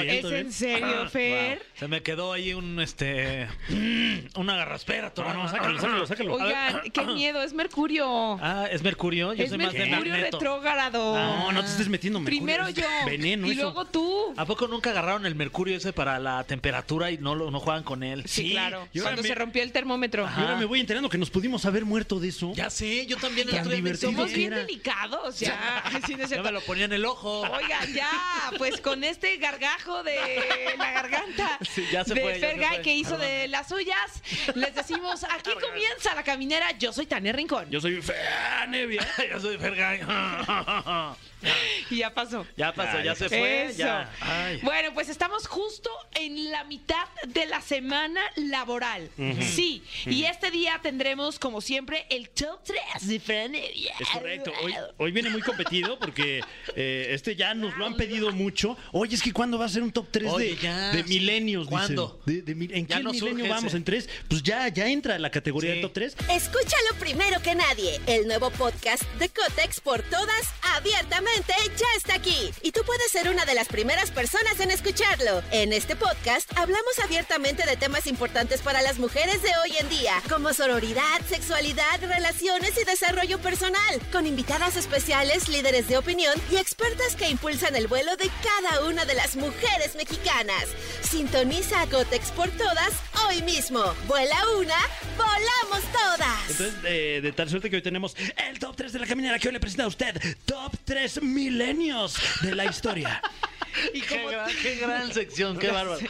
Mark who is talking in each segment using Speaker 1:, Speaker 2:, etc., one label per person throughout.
Speaker 1: aquí. Ah,
Speaker 2: ¿Es en serio, Fer?
Speaker 1: Se me quedó ahí un, este, una garraspera, toro. No, sácalo, sácalo, sácalo. A ver.
Speaker 2: Oigan, qué miedo, es Mercurio.
Speaker 1: Ah, ¿es Mercurio? Yo
Speaker 2: es
Speaker 1: soy más de
Speaker 2: Mercurio
Speaker 1: Magneto.
Speaker 2: retrógrado.
Speaker 1: No, no te estés metiendo Mercurio.
Speaker 2: Primero
Speaker 1: es
Speaker 2: yo.
Speaker 1: Veneno
Speaker 2: y
Speaker 1: eso. Ah,
Speaker 2: luego tú.
Speaker 1: ¿A poco nunca agarraron el mercurio ese para la temperatura y no, lo- no juegan con él?
Speaker 2: Sí, claro.
Speaker 3: yo
Speaker 2: Cuando
Speaker 3: también-
Speaker 2: se rompió el termómetro.
Speaker 3: Y ahora me voy enterando que nos pudimos haber muerto de eso.
Speaker 1: Ya sé, yo también
Speaker 3: Ay,
Speaker 1: el otro día
Speaker 3: tan
Speaker 1: me
Speaker 3: divertido.
Speaker 2: Somos
Speaker 1: hice-
Speaker 2: bien
Speaker 3: era.
Speaker 2: delicados ya. Sí, no es
Speaker 1: Ya
Speaker 2: cierto.
Speaker 1: me lo ponía en el ojo.
Speaker 2: Oigan, ya, pues con este gargajo de la garganta
Speaker 1: Sí, ya se
Speaker 2: de
Speaker 1: fue, ya se
Speaker 2: Fergay
Speaker 1: fue.
Speaker 2: que hizo
Speaker 1: Perdón.
Speaker 2: de las suyas, les decimos, aquí comienza la caminera. Yo soy Tania Rincón.
Speaker 3: Yo soy fan, Evia.
Speaker 1: Yo soy verga.
Speaker 2: Y ya pasó.
Speaker 1: ya pasó, ya, se fue.
Speaker 2: Eso.
Speaker 1: Ya. Ay.
Speaker 2: Bueno, pues estamos justo en la mitad de la semana laboral. Sí, y este día tendremos, como siempre, el top 3 de Fran Evia.
Speaker 3: Es correcto. Hoy, hoy viene muy competido porque eh, este ya nos lo han pedido mucho. Oye, es que ¿cuándo va a ser un top 3
Speaker 1: Oye,
Speaker 3: de,
Speaker 1: ya,
Speaker 3: de
Speaker 1: sí.
Speaker 3: milenios? dicen?
Speaker 1: ¿Cuándo?
Speaker 3: De- de mil- ¿En
Speaker 1: Ya
Speaker 3: qué
Speaker 1: no
Speaker 3: milenio
Speaker 1: surge
Speaker 3: vamos?
Speaker 1: ese.
Speaker 3: ¿En tres? Pues ya, ya entra la categoría
Speaker 1: Sí.
Speaker 3: de top 3.
Speaker 4: Escúchalo primero que nadie. El nuevo podcast de Cotex por todas, abiertamente, ya está aquí. Y tú puedes ser una de las primeras personas en escucharlo. En este podcast hablamos abiertamente de temas importantes para las mujeres de hoy en día, como sororidad, sexualidad, relaciones y desarrollo personal, con invitadas especiales, líderes de opinión y expertas que impulsan el vuelo de cada una de las mujeres mexicanas. Sintoniza a Cotex por todas hoy mismo. Vuela una, volamos todas.
Speaker 3: Entonces, eh, de tal suerte que hoy tenemos el top 3 de la caminera que hoy le presenta a usted. Top 3 milenios de la historia.
Speaker 2: Y
Speaker 1: Qué,
Speaker 2: como
Speaker 1: gran, qué gran sección, qué bárbaro.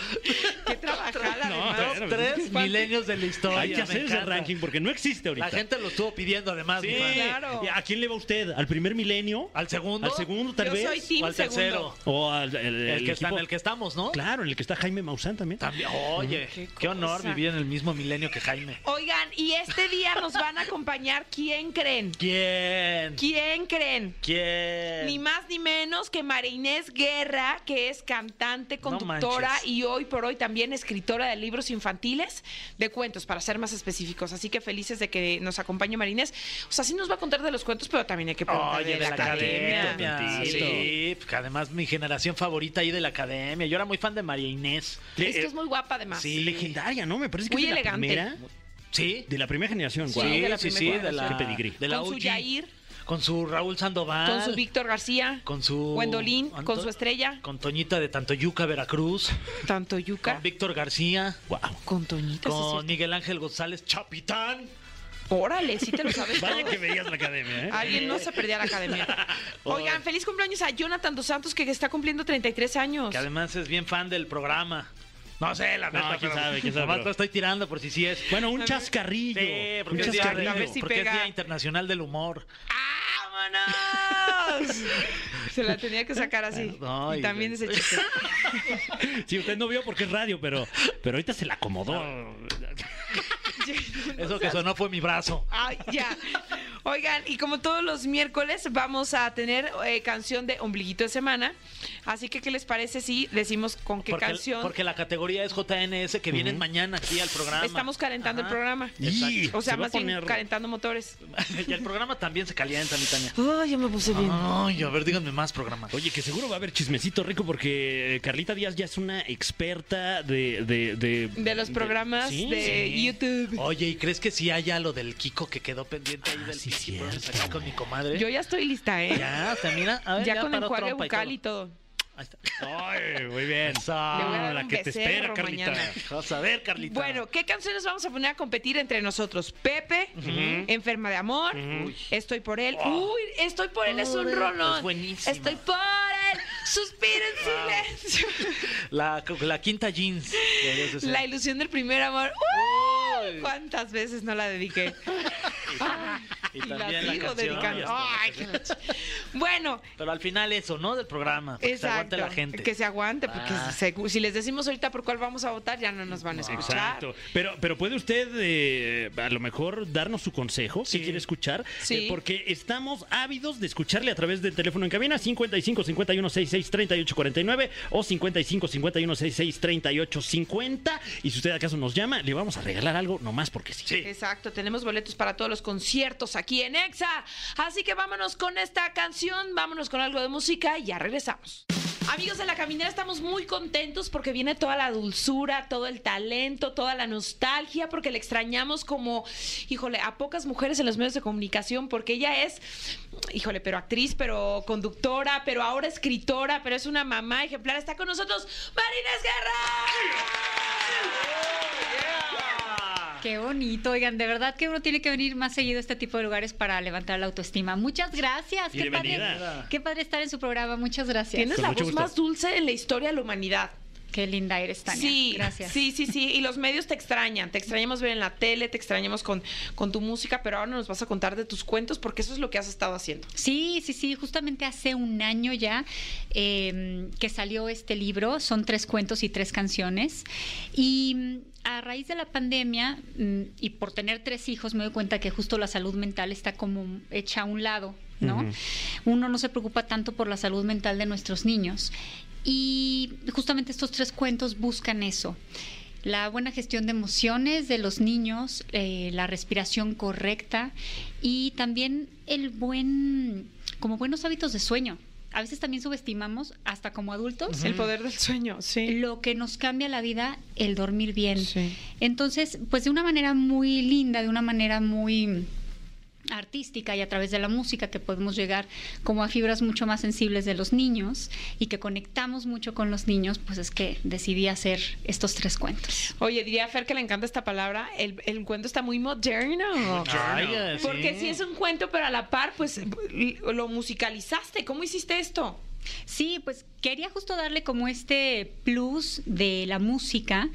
Speaker 2: que trabajar, además.
Speaker 1: pues,
Speaker 3: pero-
Speaker 1: Tres milenios de la historia.
Speaker 3: Hay que
Speaker 1: me
Speaker 3: hacer ese
Speaker 1: encanta.
Speaker 3: ranking porque no existe ahorita.
Speaker 1: La gente lo estuvo pidiendo además.
Speaker 3: Sí,
Speaker 1: mi fan.
Speaker 2: Claro.
Speaker 3: ¿Y ¿A quién le va usted? ¿Al primer milenio?
Speaker 1: ¿Al segundo?
Speaker 3: ¿Al segundo tal
Speaker 2: Yo
Speaker 3: vez?
Speaker 2: soy team
Speaker 1: ¿O al tercero?
Speaker 2: segundo.
Speaker 3: O al el,
Speaker 1: El, que está, en
Speaker 3: equipo-
Speaker 1: el que estamos, ¿no?
Speaker 3: Claro, en el que está Jaime Maussan también.
Speaker 1: También- Oye,
Speaker 2: Mm, Qué
Speaker 1: qué, honor
Speaker 2: cosa.
Speaker 1: vivir en el mismo milenio que Jaime.
Speaker 2: Oigan, y este día nos van a acompañar, ¿quién creen?
Speaker 1: ¿Quién?
Speaker 2: ¿Quién creen?
Speaker 1: ¿Quién?
Speaker 2: Ni más ni menos que María Inés Guerra, que es cantante,
Speaker 1: No
Speaker 2: conductora
Speaker 1: manches.
Speaker 2: y hoy por hoy también escritora de libros infantiles, de cuentos, para ser más específicos. Así que felices de que nos acompañe María Inés. O sea, sí nos va a contar de los cuentos, pero también hay que preguntar
Speaker 1: Oye, de la
Speaker 3: academia.
Speaker 1: academia. Sí, porque además mi generación favorita ahí de la academia. Yo era muy fan de María Inés.
Speaker 2: Es que es muy guapa además.
Speaker 1: eh, Sí.
Speaker 3: Legendaria, ¿no? Me parece que
Speaker 2: Muy
Speaker 3: es de
Speaker 2: elegante.
Speaker 3: la primera.
Speaker 1: Sí.
Speaker 3: De la primera generación,
Speaker 2: Sí,
Speaker 3: guau.
Speaker 2: de la
Speaker 1: sí,
Speaker 2: primera
Speaker 1: sí, de
Speaker 2: generación.
Speaker 1: la,
Speaker 3: Qué pedigrí.
Speaker 1: de la
Speaker 2: Con su
Speaker 1: OG.
Speaker 2: Yair.
Speaker 1: Con su Raúl Sandoval.
Speaker 2: Con su Víctor García,
Speaker 1: Con su...
Speaker 2: Gwendolyn,
Speaker 1: Anto-
Speaker 2: con su estrella,
Speaker 1: Con Toñita de Tantoyuca, Veracruz.
Speaker 2: tanto
Speaker 1: Con
Speaker 2: Yuca,
Speaker 1: Víctor García.
Speaker 3: Guau.
Speaker 2: con Toñita. sí,
Speaker 1: Con
Speaker 2: sí.
Speaker 1: Miguel Ángel González Chapitán.
Speaker 2: Órale, sí te lo sabes.
Speaker 3: Vaya
Speaker 2: todo.
Speaker 3: que veías la academia, ¿eh?
Speaker 2: Alguien no se perdía la academia. Oigan, feliz cumpleaños a Jonathan Dos Santos, que está cumpliendo 33 años.
Speaker 1: Que además es bien fan del programa. No sé, la
Speaker 3: No,
Speaker 1: neta.
Speaker 3: quién
Speaker 1: pero-
Speaker 3: sabe, quién sabe,
Speaker 1: Nomás
Speaker 3: pero-
Speaker 1: lo estoy tirando por si sí es.
Speaker 3: Bueno, un chascarrillo.
Speaker 1: Sí,
Speaker 3: un
Speaker 1: porque, es día,
Speaker 2: a
Speaker 3: chascarrillo.
Speaker 2: ver si
Speaker 1: porque es
Speaker 2: pega.
Speaker 1: Día Internacional del Humor.
Speaker 2: ¡Vámonos! Se la tenía que sacar así.
Speaker 1: Ay,
Speaker 2: y también ese chiste.
Speaker 3: Sí, usted no vio porque es radio, pero, pero ahorita se la acomodó.
Speaker 1: Eso que sonó fue mi brazo.
Speaker 2: Ay, ya. Oigan, y como todos los miércoles vamos a tener eh, canción de ombliguito de semana. Así que, ¿qué les parece si decimos con qué
Speaker 1: porque,
Speaker 2: canción
Speaker 1: porque la categoría es JNS que vienen mañana aquí al programa.
Speaker 2: estamos calentando el
Speaker 1: Ajá.
Speaker 2: programa?
Speaker 3: Y
Speaker 2: O sea,
Speaker 3: se va a
Speaker 2: más bien
Speaker 3: poner-
Speaker 2: calentando motores.
Speaker 1: y el programa también se calienta, mi Tania.
Speaker 2: Ay, ya me puse bien.
Speaker 1: Ay, a ver, díganme más programas.
Speaker 3: Oye, que seguro va a haber chismecito rico porque Carlita Díaz ya es una experta de... De, de-
Speaker 2: De los programas
Speaker 3: Sí,
Speaker 2: de
Speaker 1: sí.
Speaker 2: YouTube. Ah,
Speaker 1: Oye, ¿y crees que sí haya lo del Kiko que quedó pendiente ahí del
Speaker 3: sí,
Speaker 1: Kiki
Speaker 3: cierto.
Speaker 1: Brothers acá con mi comadre?
Speaker 2: Yo ya estoy lista, ¿eh? Ya,
Speaker 1: ya, o sea, mira, a ver, ya,
Speaker 2: con
Speaker 1: paró
Speaker 2: enjuague
Speaker 1: trompa
Speaker 2: bucal y
Speaker 1: todo.
Speaker 2: todo.
Speaker 1: Ahí está.
Speaker 3: Ay, muy bien.
Speaker 2: Le voy a dar
Speaker 3: la
Speaker 2: un
Speaker 3: que te
Speaker 2: becerro
Speaker 3: espera, Carlita.
Speaker 2: mañana.
Speaker 1: Vas a ver, Carlita.
Speaker 2: Bueno, ¿qué canciones vamos a poner a competir entre nosotros? Pepe, Enferma de Amor, Estoy por él. Uy, Estoy por él es un
Speaker 1: Oh. Por él,
Speaker 2: rolón.
Speaker 1: es buenísima.
Speaker 2: Estoy por Suspira en silencio.
Speaker 1: La, la quinta jeans. deberías de ser.
Speaker 2: La ilusión del primer amor. ¡Uy! ¿Cuántas veces no la dediqué?
Speaker 1: y también la canción. y hasta-
Speaker 2: Ay, qué la ch- bueno,
Speaker 1: Pero al final eso, ¿no? Del programa. para Que se
Speaker 2: exacto.
Speaker 1: aguante la gente.
Speaker 2: Que se aguante, porque
Speaker 1: Ah.
Speaker 2: se- si les decimos ahorita por cuál vamos a votar, ya no nos van a escuchar.
Speaker 3: Exacto. Pero, pero puede usted eh, a lo mejor darnos su consejo si quiere escuchar.
Speaker 2: Sí.
Speaker 3: eh, porque estamos ávidos de escucharle a través del teléfono en cabina 55 51 66 38 49 o 55 51 66 38 50. Y si usted acaso nos llama, le vamos a regalar algo nomás porque sí.
Speaker 2: Exacto, tenemos boletos para todos los conciertos aquí en EXA. Así que vámonos con esta canción, vámonos con algo de música y ya regresamos. Amigos de la caminera, estamos muy contentos porque viene toda la dulzura, todo el talento, toda la nostalgia, porque le extrañamos como, híjole, a pocas mujeres en los medios de comunicación, porque ella es, híjole, pero actriz, pero conductora, pero ahora escritora, pero es una mamá ejemplar. Está con nosotros Marines Guerra.
Speaker 5: Qué bonito, oigan, de verdad que uno tiene que venir más seguido a este tipo de lugares para levantar la autoestima. Muchas gracias, qué
Speaker 3: Bienvenida.
Speaker 5: padre, qué padre estar en su programa, muchas gracias.
Speaker 2: Tienes
Speaker 3: Con
Speaker 2: la voz
Speaker 3: mucho gusto.
Speaker 2: más dulce en la historia de la humanidad.
Speaker 5: Qué linda eres, Tania.
Speaker 2: Sí,
Speaker 5: gracias.
Speaker 2: sí, sí, sí. Y los medios te extrañan. Te extrañamos ver en la tele, te extrañamos con, con tu música, pero ahora nos vas a contar de tus cuentos porque eso es lo que has estado haciendo.
Speaker 5: Sí, sí, sí, justamente hace un año ya eh, que salió este libro, son tres cuentos y tres canciones, y mm, a raíz de la pandemia mm, y por tener tres hijos me doy cuenta que justo la salud mental está como hecha a un lado, ¿no? Uno no se preocupa tanto por la salud mental de nuestros niños y justamente estos tres cuentos buscan eso, la buena gestión de emociones de los niños, eh, la respiración correcta y también el buen, como buenos hábitos de sueño. A veces también subestimamos, hasta como adultos,
Speaker 2: El poder del sueño, sí.
Speaker 5: lo que nos cambia la vida, el dormir bien.
Speaker 2: Sí.
Speaker 5: Entonces, pues de una manera muy linda, de una manera muy artística y a través de la música que podemos llegar como a fibras mucho más sensibles de los niños y que conectamos mucho con los niños, pues es que decidí hacer estos tres cuentos.
Speaker 2: Oye, diría a Fer que le encanta esta palabra. El, el cuento está muy moderno.
Speaker 1: Ay, eh, sí.
Speaker 2: Porque si es un cuento, pero a la par, pues lo musicalizaste. ¿Cómo hiciste esto?
Speaker 5: Sí, pues quería justo darle como este plus de la música.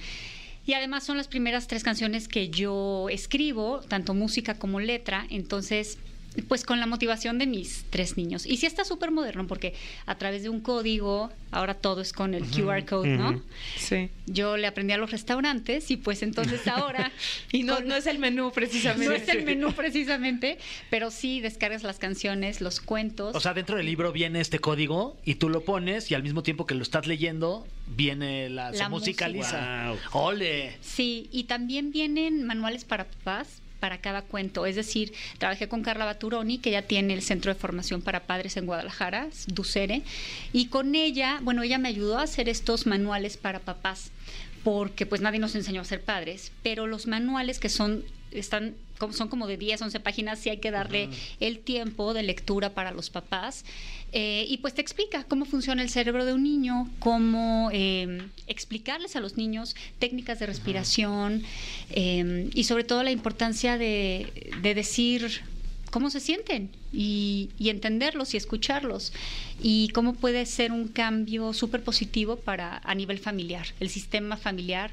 Speaker 5: Y además son las primeras tres canciones que yo escribo, tanto música como letra. Entonces, pues con la motivación de mis tres niños. Y sí está súper moderno porque a través de un código, ahora todo es con el QR code, ¿no?
Speaker 3: ujú.
Speaker 2: Sí.
Speaker 5: Yo le aprendí a los restaurantes y pues entonces ahora...
Speaker 2: Y no,
Speaker 5: con-
Speaker 2: no es el menú, precisamente.
Speaker 5: no es el menú precisamente, pero sí descargas las canciones, los cuentos.
Speaker 1: O sea, dentro del libro viene este código y tú lo pones y al mismo tiempo que lo estás leyendo, viene la, se
Speaker 5: La
Speaker 1: musicaliza.
Speaker 3: música.
Speaker 1: ¡Ole!
Speaker 5: Sí, y también vienen manuales para papás para cada cuento. Es decir, trabajé con Carla Baturoni, que ya tiene el Centro de Formación para Padres en Guadalajara, Ducere, y con ella, bueno, ella me ayudó a hacer estos manuales para papás, porque pues nadie nos enseñó a ser padres, pero los manuales que son están como son como de 10, 11 páginas, sí hay que darle el tiempo de lectura para los papás. Eh, y pues te explica cómo funciona el cerebro de un niño, cómo eh, explicarles a los niños técnicas de respiración eh, y sobre todo la importancia de, de decir cómo se sienten y, y entenderlos y escucharlos y cómo puede ser un cambio súper positivo para a nivel familiar, el sistema familiar.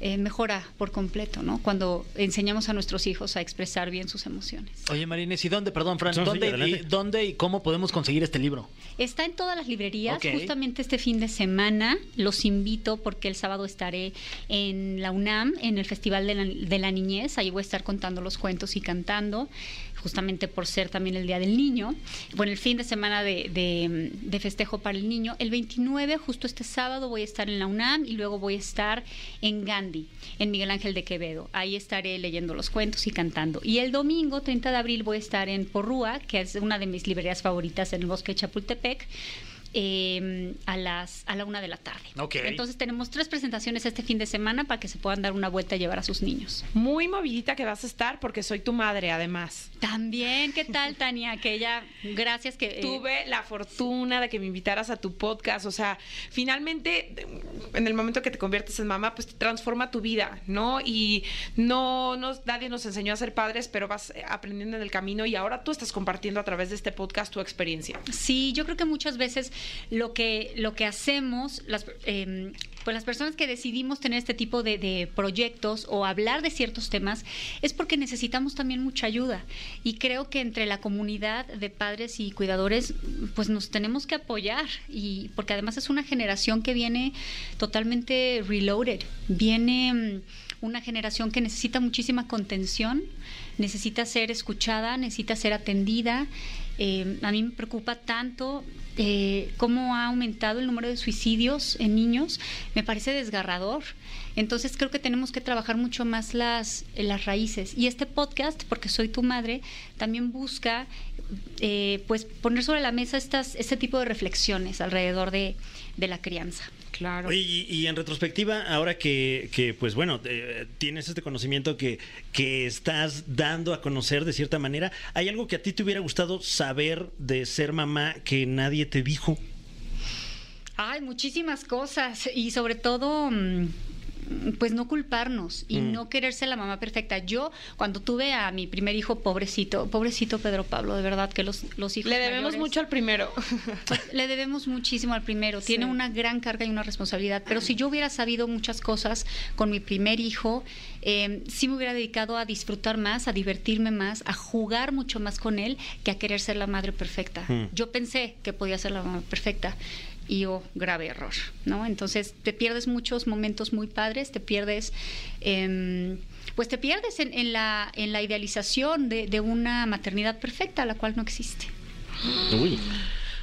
Speaker 5: eh, mejora por completo, ¿no? Cuando enseñamos a nuestros hijos a expresar bien sus emociones.
Speaker 1: Oye, Marines, ¿y dónde, perdón, Fran,
Speaker 3: No, sí,
Speaker 1: ¿dónde, y,
Speaker 3: adelante.
Speaker 1: dónde y cómo podemos conseguir este libro?
Speaker 5: Está en todas las librerías,
Speaker 1: Ok.
Speaker 5: justamente este fin de semana. Los invito porque el sábado estaré en la UNAM, en el Festival de la, de la Niñez. Ahí voy a estar contando los cuentos y cantando, justamente por ser también el Día del Niño. Bueno, el fin de semana de, de- de festejo para el niño. El 29, justo este sábado, voy a estar en la UNAM y luego voy a estar en Gandhi, en Miguel Ángel de Quevedo. Ahí estaré leyendo los cuentos y cantando. Y el domingo, 30 de abril, voy a estar en Porrúa, que es una de mis librerías favoritas en el bosque de Chapultepec. eh, a las a la una de la tarde.
Speaker 1: Ok.
Speaker 5: Entonces tenemos tres presentaciones este fin de semana para que se puedan dar una vuelta y llevar a sus niños.
Speaker 2: Muy movidita que vas a estar porque soy tu madre, además.
Speaker 5: También, ¿qué tal, Tania? Que ella, gracias que eh,
Speaker 2: tuve la fortuna de que me invitaras a tu podcast. O sea, finalmente, en el momento que te conviertes en mamá, pues te transforma tu vida, ¿no? Y no, nos nadie nos enseñó a ser padres, pero vas eh, aprendiendo en el camino y ahora tú estás compartiendo a través de este podcast tu experiencia.
Speaker 5: Sí, yo creo que muchas veces lo que, lo que hacemos, las, eh, pues las personas que decidimos tener este tipo de, de proyectos o hablar de ciertos temas, es porque necesitamos también mucha ayuda. Y creo que entre la comunidad de padres y cuidadores, pues nos tenemos que apoyar. Y porque además es una generación que viene totalmente reloaded, viene mm, una generación que necesita muchísima contención, necesita ser escuchada, necesita ser atendida. Eh, a mí me preocupa tanto eh, cómo ha aumentado el número de suicidios en niños. Me parece desgarrador. Entonces creo que tenemos que trabajar mucho más las, las raíces. Y este podcast, porque soy tu madre, también busca eh, pues poner sobre la mesa estas, este tipo de reflexiones alrededor de, de la crianza.
Speaker 2: Claro.
Speaker 3: Oye, y, y en retrospectiva, ahora que, que, pues bueno, eh, tienes este conocimiento que, que estás dando a conocer de cierta manera, ¿hay algo que a ti te hubiera gustado saber de ser mamá que nadie te dijo?
Speaker 5: Ay, muchísimas cosas y sobre todo... mm, Pues no culparnos y no quererse la mamá perfecta. Yo, cuando tuve a mi primer hijo, pobrecito, pobrecito Pedro Pablo, de verdad que los, los hijos.
Speaker 2: Le debemos
Speaker 5: mayores-
Speaker 2: mucho al primero.
Speaker 5: Le debemos muchísimo al primero. Tiene
Speaker 2: Sí.
Speaker 5: una gran carga y una responsabilidad. Pero si yo hubiera sabido muchas cosas con mi primer hijo, eh, sí me hubiera dedicado a disfrutar más, a divertirme más, a jugar mucho más con él que a querer ser la madre perfecta.
Speaker 3: Mm.
Speaker 5: Yo pensé que podía ser la mamá perfecta. Y oh, grave error, ¿no? Entonces te pierdes muchos momentos muy padres, te pierdes, em, pues te pierdes en, en la, en la idealización de, de una maternidad perfecta, la cual no existe.
Speaker 3: Uy.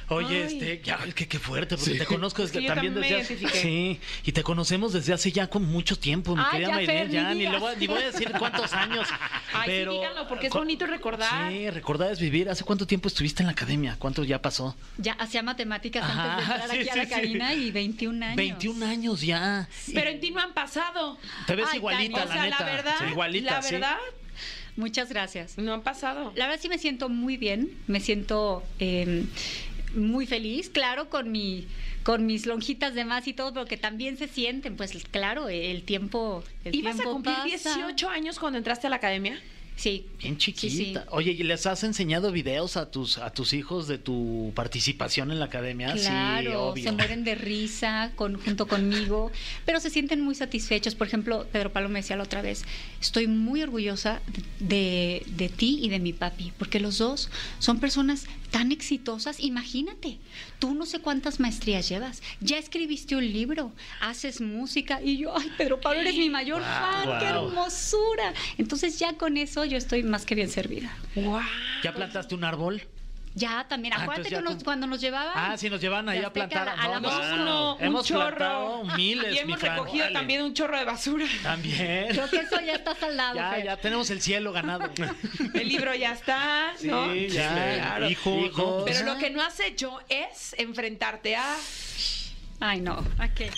Speaker 1: Oye,
Speaker 2: Ay.
Speaker 1: este, ya, qué, qué fuerte, porque te conozco desde,
Speaker 2: Es que yo
Speaker 1: también
Speaker 2: también
Speaker 1: desde
Speaker 2: me
Speaker 1: hace,
Speaker 2: identifiqué.
Speaker 1: Sí, y te conocemos desde hace ya con mucho tiempo, mi
Speaker 2: Ah,
Speaker 1: querida
Speaker 2: ya,
Speaker 1: Maylen,
Speaker 2: Fer, ni
Speaker 1: ya, ni,
Speaker 2: digas.
Speaker 1: le voy, a- ni voy a decir cuántos años.
Speaker 2: Ay, sí,
Speaker 1: pero,
Speaker 2: díganlo, porque es
Speaker 1: cu-
Speaker 2: bonito recordar.
Speaker 1: Sí, recordar es vivir. ¿Hace cuánto tiempo estuviste en la academia? ¿Cuánto ya pasó?
Speaker 5: Ya hacía matemáticas
Speaker 1: Ajá,
Speaker 5: antes de entrar
Speaker 1: Ah, sí,
Speaker 5: aquí a
Speaker 1: sí,
Speaker 5: la
Speaker 1: sí.
Speaker 5: cabina y 21 años.
Speaker 1: 21 años ya.
Speaker 2: Pero en ti no han pasado.
Speaker 1: Te ves
Speaker 5: Ay,
Speaker 1: igualita,
Speaker 2: o
Speaker 5: Tania,
Speaker 1: la neta.
Speaker 2: sea, la verdad,
Speaker 1: Sí, igualita,
Speaker 2: la
Speaker 1: sí.
Speaker 2: verdad,
Speaker 5: Muchas gracias.
Speaker 2: no han pasado.
Speaker 5: La verdad sí me siento muy bien, me siento eh, muy feliz, claro, con mi con mis lonjitas de más y todo, pero que también se sienten, pues claro, el tiempo el
Speaker 2: ¿Ibas a
Speaker 5: tiempo
Speaker 2: cumplir
Speaker 5: pasa.
Speaker 2: 18 años cuando entraste a la academia?
Speaker 5: Sí.
Speaker 1: Bien chiquita.
Speaker 5: Sí, sí.
Speaker 1: Oye, ¿y les has enseñado videos a tus a tus hijos de tu participación en la academia? sí,
Speaker 5: Claro,
Speaker 1: obvio.
Speaker 5: se mueren de risa con, junto conmigo, pero se sienten muy satisfechos. Por ejemplo, Pedro Pablo me decía la otra vez, estoy muy orgullosa de, de ti y de mi papi, porque los dos son personas tan exitosas. Imagínate, tú no sé cuántas maestrías llevas, ya escribiste un libro, haces música y yo, ay, Pedro Pablo, eres mi mayor fan, qué
Speaker 3: guau.
Speaker 5: hermosura. Entonces ya con eso yo estoy más que bien servida.
Speaker 2: ¡Wow!
Speaker 1: ¿Ya plantaste un árbol?
Speaker 5: Ya también,
Speaker 1: Ah,
Speaker 5: acuérdate
Speaker 1: entonces ya
Speaker 5: que nos-
Speaker 1: con-
Speaker 5: cuando nos llevaban...
Speaker 1: Ah, sí, nos llevan ahí
Speaker 5: de
Speaker 1: a plantar.
Speaker 5: Azteca a la- a la
Speaker 1: pues,
Speaker 5: Bosco.
Speaker 2: No, un
Speaker 1: hemos
Speaker 2: chorro.
Speaker 1: plantado miles,
Speaker 2: Y
Speaker 1: mi
Speaker 2: hemos
Speaker 1: Fran,
Speaker 2: recogido
Speaker 1: órale.
Speaker 2: también un chorro de basura.
Speaker 1: Ah. También.
Speaker 5: Creo que eso ya está saldado.
Speaker 1: Ya,
Speaker 5: Fer.
Speaker 1: ya tenemos el cielo ganado.
Speaker 2: El libro ya está, ¿no?
Speaker 1: Sí,
Speaker 3: Sí,
Speaker 1: claro.
Speaker 3: hijo,
Speaker 1: Hijo.
Speaker 3: no, pues,
Speaker 2: Pero lo que no has hecho es enfrentarte a...
Speaker 5: Ay, no. ¿A qué?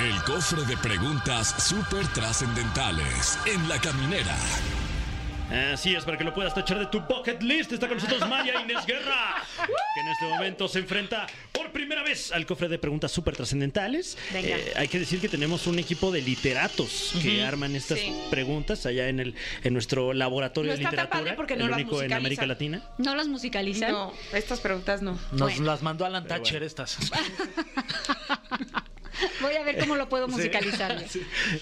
Speaker 6: El cofre de preguntas súper trascendentales en la caminera.
Speaker 3: Así es, para que lo puedas tachar de tu bucket list, está con nosotros Maya Inés Guerra, que en este momento se enfrenta por primera vez al cofre de preguntas súper trascendentales.
Speaker 5: Venga.
Speaker 3: Eh, hay que decir que tenemos un equipo de literatos que arman estas
Speaker 2: Sí.
Speaker 3: preguntas allá en, el, en nuestro laboratorio
Speaker 2: No
Speaker 3: de
Speaker 2: está tan
Speaker 3: literatura,
Speaker 2: padre porque no
Speaker 3: el
Speaker 2: las
Speaker 3: único en
Speaker 2: musicalizan.
Speaker 3: América Latina.
Speaker 5: ¿No las musicalizan?
Speaker 2: No, estas preguntas no.
Speaker 1: Nos
Speaker 5: Bueno.
Speaker 1: las mandó Alan
Speaker 3: Pero
Speaker 1: Thatcher
Speaker 3: bueno.
Speaker 1: estas.
Speaker 5: Voy a ver cómo lo puedo musicalizar.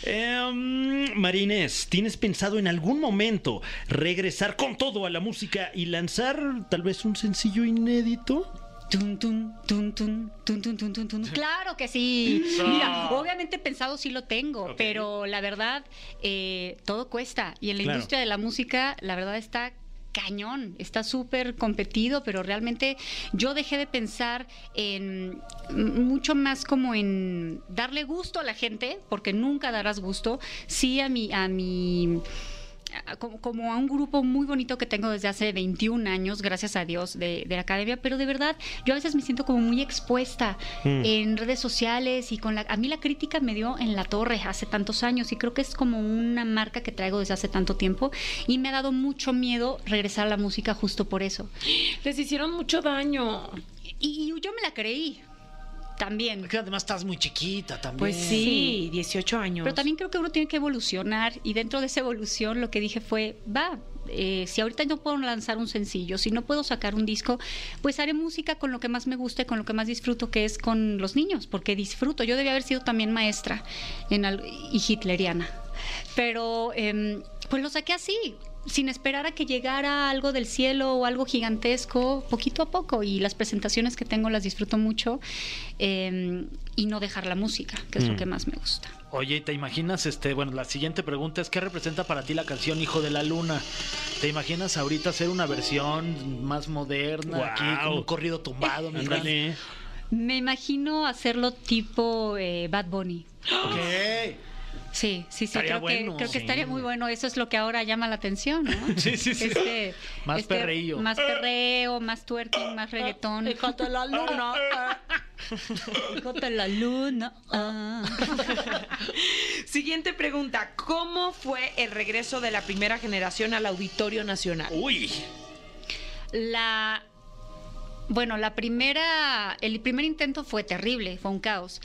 Speaker 3: Em, María Inés, ¿tienes pensado en algún momento regresar con todo a la música y lanzar tal vez un sencillo inédito?
Speaker 5: Tun, tun, tun, tun, tun, tun, tun, tun, tun. Claro que sí. Mira, obviamente pensado sí lo tengo,
Speaker 3: Ok.
Speaker 5: pero la verdad, eh, todo cuesta. Y en la
Speaker 3: Claro.
Speaker 5: industria de la música, la verdad está cañón, está súper competido, pero realmente yo dejé de pensar en m- mucho más como en darle gusto a la gente, porque nunca darás gusto, sí a mi, a mi a- Ah, como, como a un grupo muy bonito que tengo desde hace 21 años, gracias a Dios, de, de la academia, pero de verdad yo a veces me siento como muy expuesta
Speaker 3: Mm.
Speaker 5: en redes sociales y con la... A mí la crítica me dio en la torre hace tantos años y creo que es como una marca que traigo desde hace tanto tiempo y me ha dado mucho miedo regresar a la música justo por eso.
Speaker 2: Les hicieron mucho daño.
Speaker 5: Y, y yo me la creí. También.
Speaker 1: Porque además estás muy chiquita también.
Speaker 2: Pues sí, 18 años.
Speaker 5: Pero también creo que uno tiene que evolucionar y dentro de esa evolución lo que dije fue, va, eh, si ahorita no puedo lanzar un sencillo, si no puedo sacar un disco, pues haré música con lo que más me guste, con lo que más disfruto, que es con los niños, porque disfruto. Yo debía haber sido también maestra en al- y hitleriana, pero em, pues lo saqué así. Sin esperar a que llegara algo del cielo o algo gigantesco, poquito a poco. Y las presentaciones que tengo las disfruto mucho. em, y no dejar la música, que es lo que más me gusta.
Speaker 1: Oye, ¿te imaginas este? Bueno, la siguiente pregunta es ¿qué representa para ti la canción Hijo de la Luna? ¿Te imaginas ahorita hacer una versión más moderna,
Speaker 3: Guau.
Speaker 1: aquí con un corrido tumbado, mi gran?
Speaker 3: Ándale.
Speaker 5: Me imagino hacerlo tipo eh, Bad Bunny.
Speaker 1: Ok.
Speaker 5: Sí, sí, sí,
Speaker 1: Estaría
Speaker 5: creo,
Speaker 1: bueno.
Speaker 5: que, creo
Speaker 1: Sí.
Speaker 5: que estaría muy bueno. Eso es lo que ahora llama la atención, ¿no? Sí, sí, sí. Este,
Speaker 1: Más perreío.
Speaker 5: Más perreo, más twerking, más reggaetón.
Speaker 2: de la luna.
Speaker 5: Jota la luna. ah.
Speaker 2: Siguiente pregunta. ¿Cómo fue el regreso de la primera generación al Auditorio Nacional?
Speaker 3: Uy.
Speaker 5: La. Bueno, la primera. El primer intento fue terrible, fue un caos.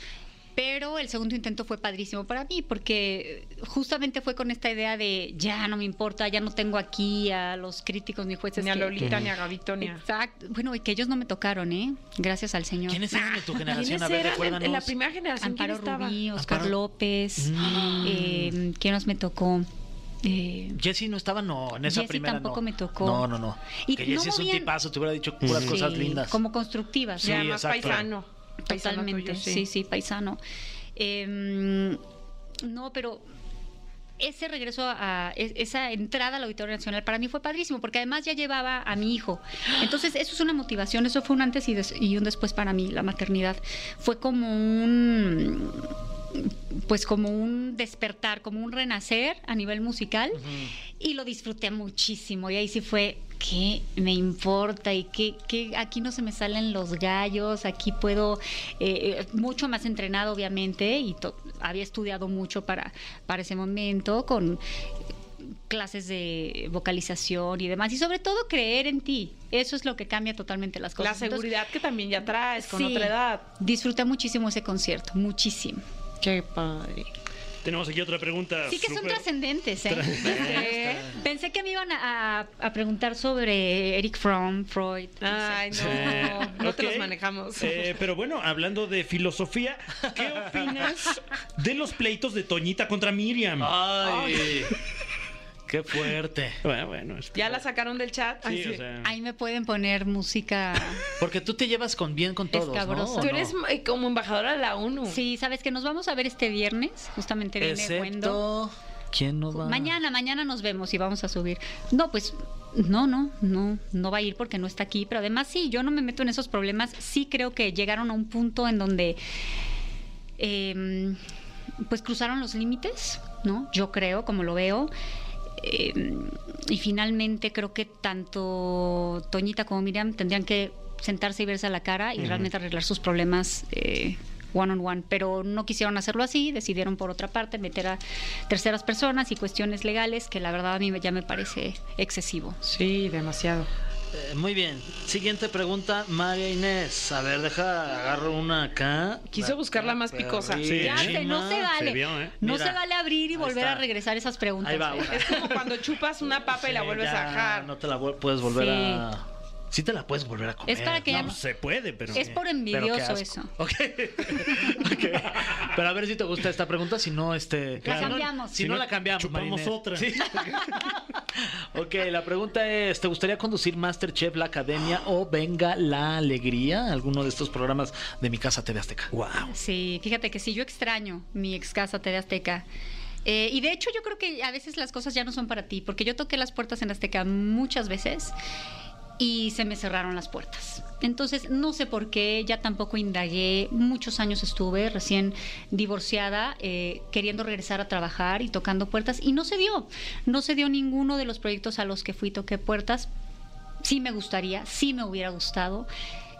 Speaker 5: Pero el segundo intento fue padrísimo para mí, porque justamente fue con esta idea de ya no me importa, ya no tengo aquí a los críticos ni jueces.
Speaker 2: Ni a
Speaker 5: que-
Speaker 2: Lolita, ni a Gavitonia.
Speaker 5: Exacto. Bueno, y que ellos no me tocaron, ¿eh? Gracias al Señor.
Speaker 1: ¿Quiénes eran de tu generación? A
Speaker 2: ¿Quiénes
Speaker 1: ver,
Speaker 2: eran?
Speaker 1: recuérdanos.
Speaker 2: En la primera generación, ¿quién
Speaker 5: Amparo
Speaker 2: estaba?
Speaker 5: Rubí, Oscar
Speaker 1: Amparo.
Speaker 5: López. eh, ¿Quién nos me tocó? Eh,
Speaker 1: Jessie no estaba, no, en esa
Speaker 5: Jessie
Speaker 1: primera
Speaker 5: tampoco
Speaker 1: no.
Speaker 5: me tocó.
Speaker 1: No, no, no.
Speaker 5: Y
Speaker 1: que
Speaker 5: no
Speaker 1: Jessie es un
Speaker 5: movían-
Speaker 1: tipazo, te hubiera dicho puras
Speaker 5: sí,
Speaker 1: cosas lindas.
Speaker 5: Como constructivas.
Speaker 1: Sí,
Speaker 2: Ya, más
Speaker 1: exacto.
Speaker 2: paisano. Paisano
Speaker 5: Totalmente,
Speaker 2: tuyo,
Speaker 5: sí. sí, paisano. Eh, no, pero ese regreso a, a- es- esa entrada al Auditorio Nacional para mí fue padrísimo, porque además ya llevaba a mi hijo. Entonces, eso es una motivación, eso fue un antes y, des- y un después para mí, la maternidad. Fue como un pues como un despertar, como un renacer a nivel musical y lo disfruté muchísimo y ahí sí fue qué me importa y que, aquí no se me salen los gallos, aquí puedo eh, eh, mucho más entrenado obviamente y to- había estudiado mucho para para ese momento con clases de vocalización y demás y sobre todo creer en ti, eso es lo que cambia totalmente las
Speaker 2: La
Speaker 5: cosas. Entonces,
Speaker 2: seguridad que también ya traes con
Speaker 5: sí,
Speaker 2: otra edad.
Speaker 5: Disfruté muchísimo ese concierto, muchísimo.
Speaker 2: Qué padre.
Speaker 3: Tenemos aquí otra pregunta.
Speaker 5: Sí que son
Speaker 3: súper-
Speaker 5: trascendentes, ¿eh? Pensé que me iban a, a- a preguntar sobre Eric Fromm, Freud. no sé.
Speaker 2: Ay, no,
Speaker 3: Eh,
Speaker 2: no te
Speaker 3: ok.
Speaker 2: los manejamos.
Speaker 3: Eh, pero bueno, hablando de filosofía, ¿qué opinas de los pleitos de Toñita contra Miriam?
Speaker 1: Ah. Ay, qué fuerte.
Speaker 3: Bueno, bueno. es-
Speaker 2: ¿Ya la sacaron del chat? Ay,
Speaker 3: Sí, o sea.
Speaker 5: Ahí me pueden poner música.
Speaker 1: Porque tú te llevas con bien con todos, ¿no?
Speaker 5: Escabroso.
Speaker 1: ¿O
Speaker 2: Tú
Speaker 1: no?
Speaker 2: eres eh, como embajadora de la ONU.
Speaker 5: Sí, sabes que nos vamos a ver este viernes, justamente viene Wendo.
Speaker 1: Excepto... ¿Quién no va?
Speaker 5: Mañana, mañana nos vemos y vamos a subir. No, pues no, no, no, no va a ir porque no está aquí, pero además sí, yo no me meto en esos problemas. Sí creo que llegaron a un punto en donde eh, pues cruzaron los límites, ¿no? Yo creo, como lo veo. Eh, y finalmente creo que tanto Toñita como Miriam tendrían que sentarse y verse a la cara y realmente arreglar sus problemas eh, one on one. Pero no quisieron hacerlo así, decidieron por otra parte meter a terceras personas y cuestiones legales que la verdad a mí ya me parece excesivo.
Speaker 2: Sí, demasiado.
Speaker 1: Eh, muy bien. Siguiente pregunta, María Inés. A ver, deja, agarro una acá.
Speaker 2: Quiso
Speaker 1: La-
Speaker 2: buscar la más
Speaker 1: perrísima.
Speaker 2: picosa.
Speaker 3: Sí.
Speaker 5: Ya sé, no se vale.
Speaker 3: se vio, ¿eh?
Speaker 5: No
Speaker 1: Mira,
Speaker 5: se vale abrir y
Speaker 1: ahí
Speaker 5: volver a
Speaker 1: está.
Speaker 5: regresar esas preguntas.
Speaker 1: Ahí va
Speaker 5: ¿eh?
Speaker 1: una.
Speaker 2: Es como cuando chupas una papa y la
Speaker 1: Sí,
Speaker 2: vuelves
Speaker 1: ya
Speaker 2: a dejar.
Speaker 1: No te la vuel- puedes volver
Speaker 5: Sí.
Speaker 1: a. Sí te la puedes volver a comer.
Speaker 5: Es para que ya
Speaker 3: No,
Speaker 5: no-
Speaker 3: se puede, pero.
Speaker 5: Es
Speaker 1: Pero
Speaker 5: por
Speaker 1: qué
Speaker 5: envidioso
Speaker 1: asco.
Speaker 5: eso.
Speaker 1: Ok. Ok. Pero a ver si te gusta esta pregunta. Si no, este.
Speaker 5: La
Speaker 1: si no-
Speaker 5: cambiamos.
Speaker 1: Si, no, la cambiamos.
Speaker 3: chupamos
Speaker 1: Marinés.
Speaker 3: otra.
Speaker 1: Sí. ok, la pregunta es: ¿te gustaría conducir Masterchef, la academia o Venga la Alegría? Alguno de estos programas de mi casa TV Azteca.
Speaker 3: Wow.
Speaker 5: Sí, fíjate que sí, yo extraño mi ex casa TV Azteca. Eh, y de hecho yo creo que a veces las cosas ya no son para ti, porque yo toqué las puertas en Azteca muchas veces y se me cerraron las puertas. Entonces no sé por qué, ya tampoco indagué, muchos años estuve recién divorciada, eh, queriendo regresar a trabajar y tocando puertas y no se dio, no se dio ninguno de los proyectos a los que fui toqué puertas, sí me gustaría, sí me hubiera gustado,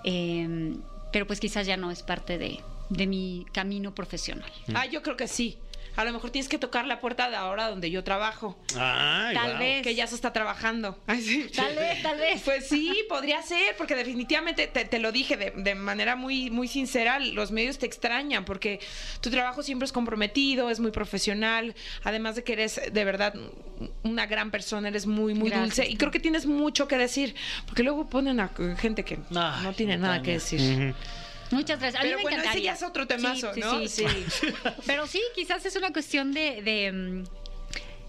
Speaker 5: em, eh, pero pues quizás ya no es parte de, de mi camino profesional.
Speaker 2: Ah, yo creo que sí. A lo mejor tienes que tocar la puerta de ahora donde yo trabajo,
Speaker 3: Ay,
Speaker 5: Tal
Speaker 3: guau.
Speaker 5: vez.
Speaker 2: que ya se está trabajando. Ay, sí.
Speaker 5: Tal vez, tal vez.
Speaker 2: Pues sí, podría ser, porque definitivamente te, te lo dije de, de manera muy, muy sincera, los medios te extrañan porque tu trabajo siempre es comprometido, es muy profesional, además de que eres de verdad una gran persona, eres muy, muy
Speaker 5: Gracias.
Speaker 2: dulce y creo que tienes mucho que decir, porque luego ponen a gente que
Speaker 1: Ay,
Speaker 2: no tiene nada que
Speaker 1: Tania.
Speaker 2: decir.
Speaker 3: Ujú.
Speaker 5: Muchas gracias. A mí
Speaker 2: Pero
Speaker 5: me
Speaker 2: bueno, ese
Speaker 5: encantaría.
Speaker 2: ya es otro temazo,
Speaker 5: Sí, sí,
Speaker 2: ¿no?
Speaker 5: sí. Pero sí, quizás es una cuestión de, de, mm,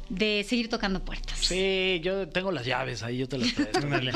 Speaker 5: de seguir tocando puertas.
Speaker 1: Sí, yo tengo las llaves ahí, yo te las presto.
Speaker 3: Ándale.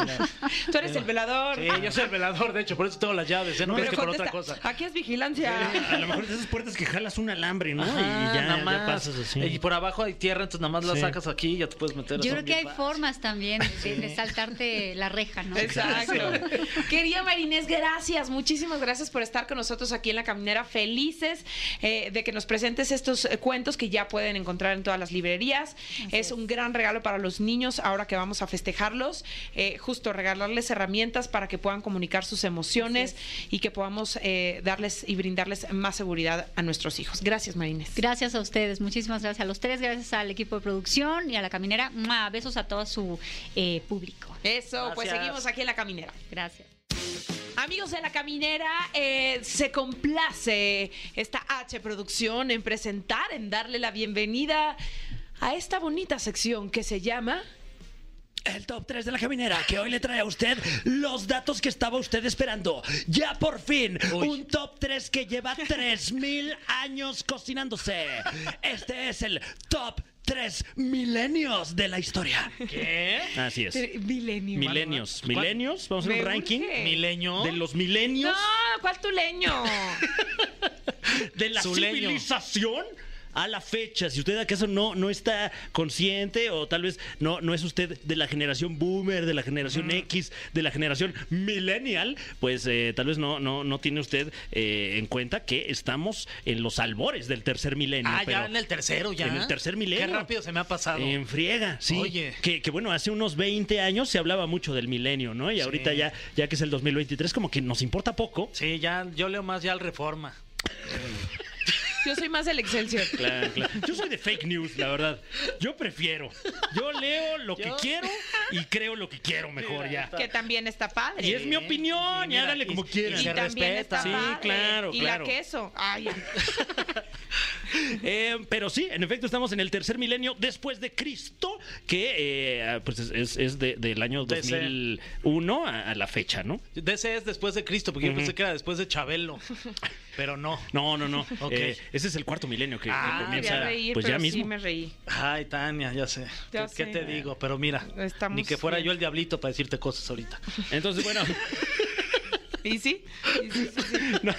Speaker 2: Tú eres el velador.
Speaker 1: Sí, yo soy el velador, de hecho, por eso tengo las llaves, ¿eh? No
Speaker 2: Pero
Speaker 1: crees que por otra
Speaker 2: contesta,
Speaker 1: cosa.
Speaker 2: Aquí es vigilancia.
Speaker 3: A lo mejor de esas puertas que jalas un alambre, ¿no?
Speaker 1: Ajá,
Speaker 3: Ah, y ya,
Speaker 1: nada
Speaker 3: ya
Speaker 1: más.
Speaker 3: pasas así.
Speaker 1: Y por abajo hay tierra, entonces nada más la
Speaker 3: Sí.
Speaker 1: sacas aquí y ya te puedes meter.
Speaker 5: Yo
Speaker 1: Son
Speaker 5: creo que hay
Speaker 1: bien fácil.
Speaker 5: formas también de, de saltarte la reja, ¿no?
Speaker 2: Exacto. Querida Marinés, gracias, muchísimas gracias por estar con nosotros aquí en La Caminera. Felices eh, de que nos presentes estos eh, cuentos que ya pueden encontrar en todas las librerías. Es, un gran regalo para los niños ahora que vamos a festejarlos. Eh, justo regalarles herramientas para que puedan comunicar sus emociones y que podamos eh, darles y brindarles más seguridad a nuestros hijos. Gracias, Marinés.
Speaker 5: Gracias a ustedes, muchísimas gracias a los tres, gracias al equipo de producción y a la caminera. ¡Mua! Besos a todo su eh, público.
Speaker 2: Eso, pues
Speaker 1: Gracias.
Speaker 2: seguimos aquí en La Caminera.
Speaker 5: Gracias.
Speaker 2: Amigos de la caminera, eh, se complace esta H producción en presentar, en darle la bienvenida a esta bonita sección que se llama...
Speaker 3: El top 3 de la caminera que hoy le trae a usted los datos que estaba usted esperando. Ya por fin, un top 3 que lleva 3000 años cocinándose. Este es el top 3 milenios de la historia.
Speaker 1: ¿Qué?
Speaker 3: Así es.
Speaker 2: Milenio.
Speaker 3: Milenios, milenios, vamos a hacer un
Speaker 2: Me
Speaker 3: ranking
Speaker 2: urge.
Speaker 1: ¿Milenio?
Speaker 3: de los milenios
Speaker 2: No, ¿cuál tu leño?
Speaker 3: de la
Speaker 1: su leño.
Speaker 3: civilización a la fecha. Si usted acaso no, no está consciente o tal vez no, no es usted de la generación boomer, de la generación X, de la generación millennial, pues eh, tal vez no, no, no tiene usted eh, en cuenta que estamos en los albores del tercer milenio.
Speaker 1: Ah,
Speaker 3: pero
Speaker 1: ya en el tercero, ya.
Speaker 3: en el tercer milenio.
Speaker 1: Qué rápido se me ha pasado.
Speaker 3: En friega, sí.
Speaker 1: Oye.
Speaker 3: Que, que bueno, hace unos 20 años se hablaba mucho del milenio, ¿no? Y ahorita ya, ya que es el 2023, como que nos importa poco.
Speaker 1: Sí, ya, yo leo más ya al Reforma.
Speaker 2: Yo soy más del Excelsior.
Speaker 3: Claro, claro. Yo soy de fake news, la verdad. Yo prefiero. Yo leo lo que
Speaker 1: Yo-
Speaker 3: quiero y creo lo que quiero mejor ya.
Speaker 2: Que también está padre.
Speaker 3: Y es mi opinión,
Speaker 1: Sí,
Speaker 3: y
Speaker 1: mira,
Speaker 3: hágale como
Speaker 1: y-
Speaker 3: quiera.
Speaker 2: Y
Speaker 1: se
Speaker 2: también
Speaker 1: respeta.
Speaker 2: está
Speaker 3: Sí,
Speaker 2: padre.
Speaker 3: claro,
Speaker 2: y
Speaker 3: claro. Ah,
Speaker 2: la queso. Ay,
Speaker 3: Eh, pero sí, en efecto, estamos en el tercer milenio después de Cristo, que eh, pues es, es- es de- del año
Speaker 1: De ser.
Speaker 3: 2001 a, a la fecha, ¿no?
Speaker 1: DC es después de Cristo, porque yo pensé que era después de Chabelo. Pero no.
Speaker 3: No, no, no.
Speaker 1: Ok.
Speaker 3: Eh, ese es el cuarto milenio que, que
Speaker 1: Ah,
Speaker 2: me voy
Speaker 3: comienza
Speaker 2: a reír,
Speaker 3: pues
Speaker 2: pero
Speaker 3: ya mismo.
Speaker 2: sí me reí.
Speaker 1: Ay, Tania, ya sé.
Speaker 2: Ya
Speaker 1: ¿Qué, qué
Speaker 2: sé.
Speaker 1: te digo? Pero mira,
Speaker 2: Estamos
Speaker 1: ni que fuera
Speaker 2: bien.
Speaker 1: yo el diablito para decirte cosas ahorita.
Speaker 3: Entonces, bueno.
Speaker 2: ¿Y sí? ¿Y sí, sí, sí.
Speaker 3: No,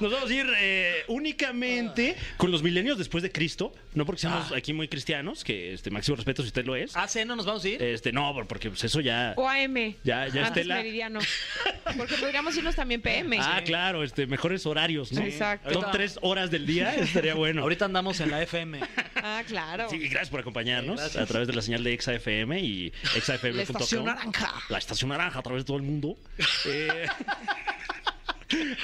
Speaker 3: nos vamos a ir eh, únicamente con los milenios después de Cristo, no porque seamos
Speaker 2: Ah.
Speaker 3: aquí muy cristianos, que este máximo respeto si usted lo es.
Speaker 1: Ah, ¿sí? ¿No nos vamos a ir?
Speaker 3: Este, no, porque pues eso ya.
Speaker 2: O AM.
Speaker 3: Ya- ya,
Speaker 2: Antes
Speaker 3: Estela.
Speaker 2: meridiano. Porque podríamos irnos también PM.
Speaker 3: Ah,
Speaker 2: Sí.
Speaker 3: claro, este, mejores horarios, ¿no?
Speaker 2: Sí, exacto.
Speaker 3: Son tres horas del día, estaría bueno.
Speaker 1: Ahorita andamos en la FM.
Speaker 2: Ah, claro.
Speaker 3: Sí, y gracias por acompañarnos
Speaker 1: Sí, gracias.
Speaker 3: a través de la señal de ExaFM y exafm.com.
Speaker 2: La estación naranja.
Speaker 3: La estación naranja a través de todo el mundo. Eh,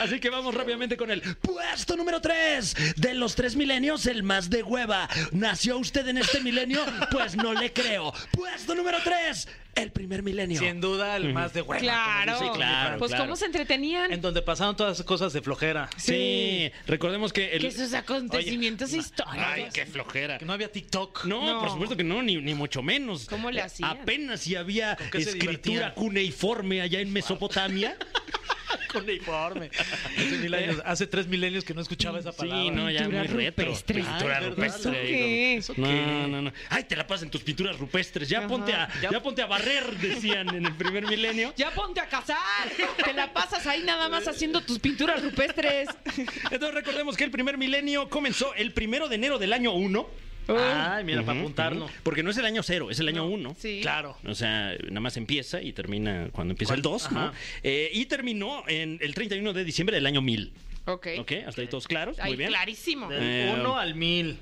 Speaker 3: Así que vamos rápidamente con el puesto número 3 de los tres milenios, el más de hueva. ¿Nació usted en este milenio? Pues no le creo. Puesto número 3, el primer milenio.
Speaker 1: Sin duda, el más de hueva. como
Speaker 2: Claro.
Speaker 1: dice
Speaker 3: Sí, claro,
Speaker 2: Pues
Speaker 3: claro.
Speaker 2: cómo se entretenían.
Speaker 1: En donde pasaron todas esas cosas de flojera.
Speaker 3: Sí, recordemos que el...
Speaker 2: que sus acontecimientos históricos.
Speaker 3: Ay, qué flojera.
Speaker 1: Que no había TikTok.
Speaker 3: No,
Speaker 2: No.
Speaker 3: por supuesto que no, ni, ni mucho menos. Eh,
Speaker 2: ¿Cómo le hacían?
Speaker 3: Apenas si había
Speaker 1: qué se
Speaker 3: escritura
Speaker 1: divertían?
Speaker 3: cuneiforme allá en Mesopotamia.
Speaker 1: Con uniforme. Hace, mil años- hace tres milenios que no escuchaba esa palabra.
Speaker 3: Sí, no, ya muy retro. Pintura
Speaker 1: Ay,
Speaker 3: rupestre.
Speaker 2: ¿verdad?
Speaker 3: ahí,
Speaker 2: ¿Eso
Speaker 3: como- No, no, no. Ay, te la pasas en tus pinturas rupestres. Ya,
Speaker 2: Ajá.
Speaker 3: ponte a, ya. ponte a barrer, decían en el primer milenio.
Speaker 2: Ya ponte a casar. Te la pasas ahí nada más haciendo tus pinturas rupestres.
Speaker 3: Entonces recordemos que el primer milenio comenzó el primero de enero del año 1.
Speaker 1: Ay, mira, para
Speaker 3: Ujú,
Speaker 1: apuntarlo.
Speaker 3: ujú. Porque no es el año 0, es el año 1.
Speaker 2: Sí.
Speaker 1: Claro.
Speaker 3: O sea, nada más empieza y termina cuando empieza el
Speaker 1: Cuando-
Speaker 3: 2, ¿no?
Speaker 1: ajá.
Speaker 3: Eh, y terminó en el 31 de diciembre del año 1000.
Speaker 2: Ok.
Speaker 3: ¿Ok? Hasta ahí todos claros.
Speaker 2: Ahí,
Speaker 3: Muy bien.
Speaker 2: clarísimo.
Speaker 1: Del
Speaker 3: Eh,
Speaker 1: uno al mil.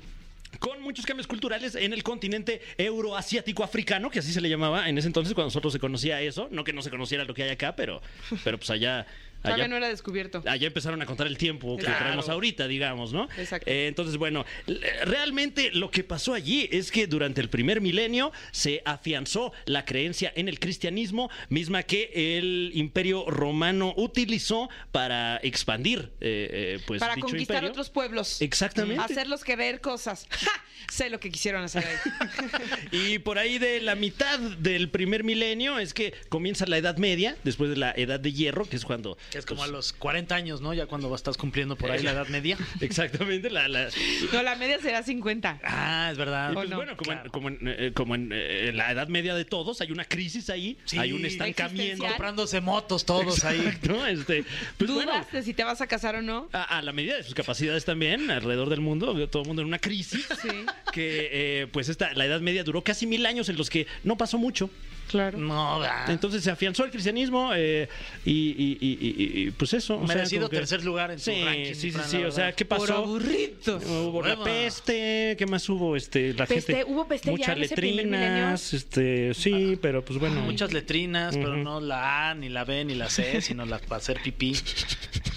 Speaker 3: Con muchos cambios culturales en el continente euroasiático-africano, que así se le llamaba en ese entonces cuando nosotros se conocía eso. No que no se conociera lo que hay acá, pero, pero pues allá
Speaker 2: Todavía
Speaker 3: Allá-
Speaker 2: no era descubierto.
Speaker 3: allá empezaron a contar el tiempo que
Speaker 2: Claro.
Speaker 3: tenemos ahorita, digamos, ¿no?
Speaker 2: Exacto.
Speaker 3: Eh, entonces, bueno, l- realmente lo que pasó allí es que durante el primer milenio se afianzó la creencia en el cristianismo, misma que el imperio romano utilizó para expandir, eh, eh, pues,
Speaker 2: para
Speaker 3: dicho
Speaker 2: conquistar
Speaker 3: imperio.
Speaker 2: otros pueblos.
Speaker 3: Exactamente.
Speaker 2: Hacerlos querer cosas. ¡Ja! Sé lo que quisieron hacer ahí.
Speaker 3: Y por ahí de la mitad del primer milenio es que comienza la Edad Media, después de la Edad de Hierro, que es cuando...
Speaker 1: Que es como a
Speaker 3: pues, eh,
Speaker 1: los 40 años, ¿no? Ya cuando estás cumpliendo por ahí la edad media.
Speaker 3: Exactamente, la- la,
Speaker 2: No, la media será 50.
Speaker 1: Ah, es verdad.
Speaker 3: Y pues
Speaker 2: Oh, no?
Speaker 3: bueno, como, en,
Speaker 1: Claro.
Speaker 3: como en, eh, como en, eh, la edad media de todos, hay una crisis ahí,
Speaker 1: Sí.
Speaker 3: hay un estancamiento.
Speaker 2: Existencial.
Speaker 1: Comprándose motos todos ahí.
Speaker 3: Exacto, este, pues
Speaker 2: ¿Dudas
Speaker 3: bueno,
Speaker 2: de si te vas a casar o no?
Speaker 3: a, a la medida de sus capacidades también, alrededor del mundo, todo el mundo en una crisis.
Speaker 2: Sí,
Speaker 3: Que eh, pues esta, la Edad Media duró casi mil años en los que no pasó mucho.
Speaker 2: claro.
Speaker 1: No, ah,
Speaker 3: Entonces se afianzó el cristianismo eh, y, y- y- y- y, pues eso. o sea,
Speaker 1: merecido
Speaker 3: como que-
Speaker 1: tercer lugar en su
Speaker 3: Sí,
Speaker 1: ranking.
Speaker 3: sí, sí,
Speaker 1: Fran,
Speaker 3: sí,
Speaker 1: la
Speaker 3: O sea,
Speaker 1: verdad.
Speaker 3: ¿qué
Speaker 2: Por
Speaker 3: pasó?
Speaker 2: aburridos.
Speaker 3: Hubo la
Speaker 1: Hueva.
Speaker 3: peste, ¿qué más hubo? Este, la
Speaker 2: Peste,
Speaker 3: gente,
Speaker 2: hubo peste ya
Speaker 3: muchas
Speaker 2: en ese primer
Speaker 3: letrinas, este,
Speaker 1: Ah.
Speaker 3: sí, pero pues bueno.
Speaker 1: Muchas letrinas, pero
Speaker 3: Ujú.
Speaker 1: no la A, ni la B, ni la C, sino la para hacer pipí.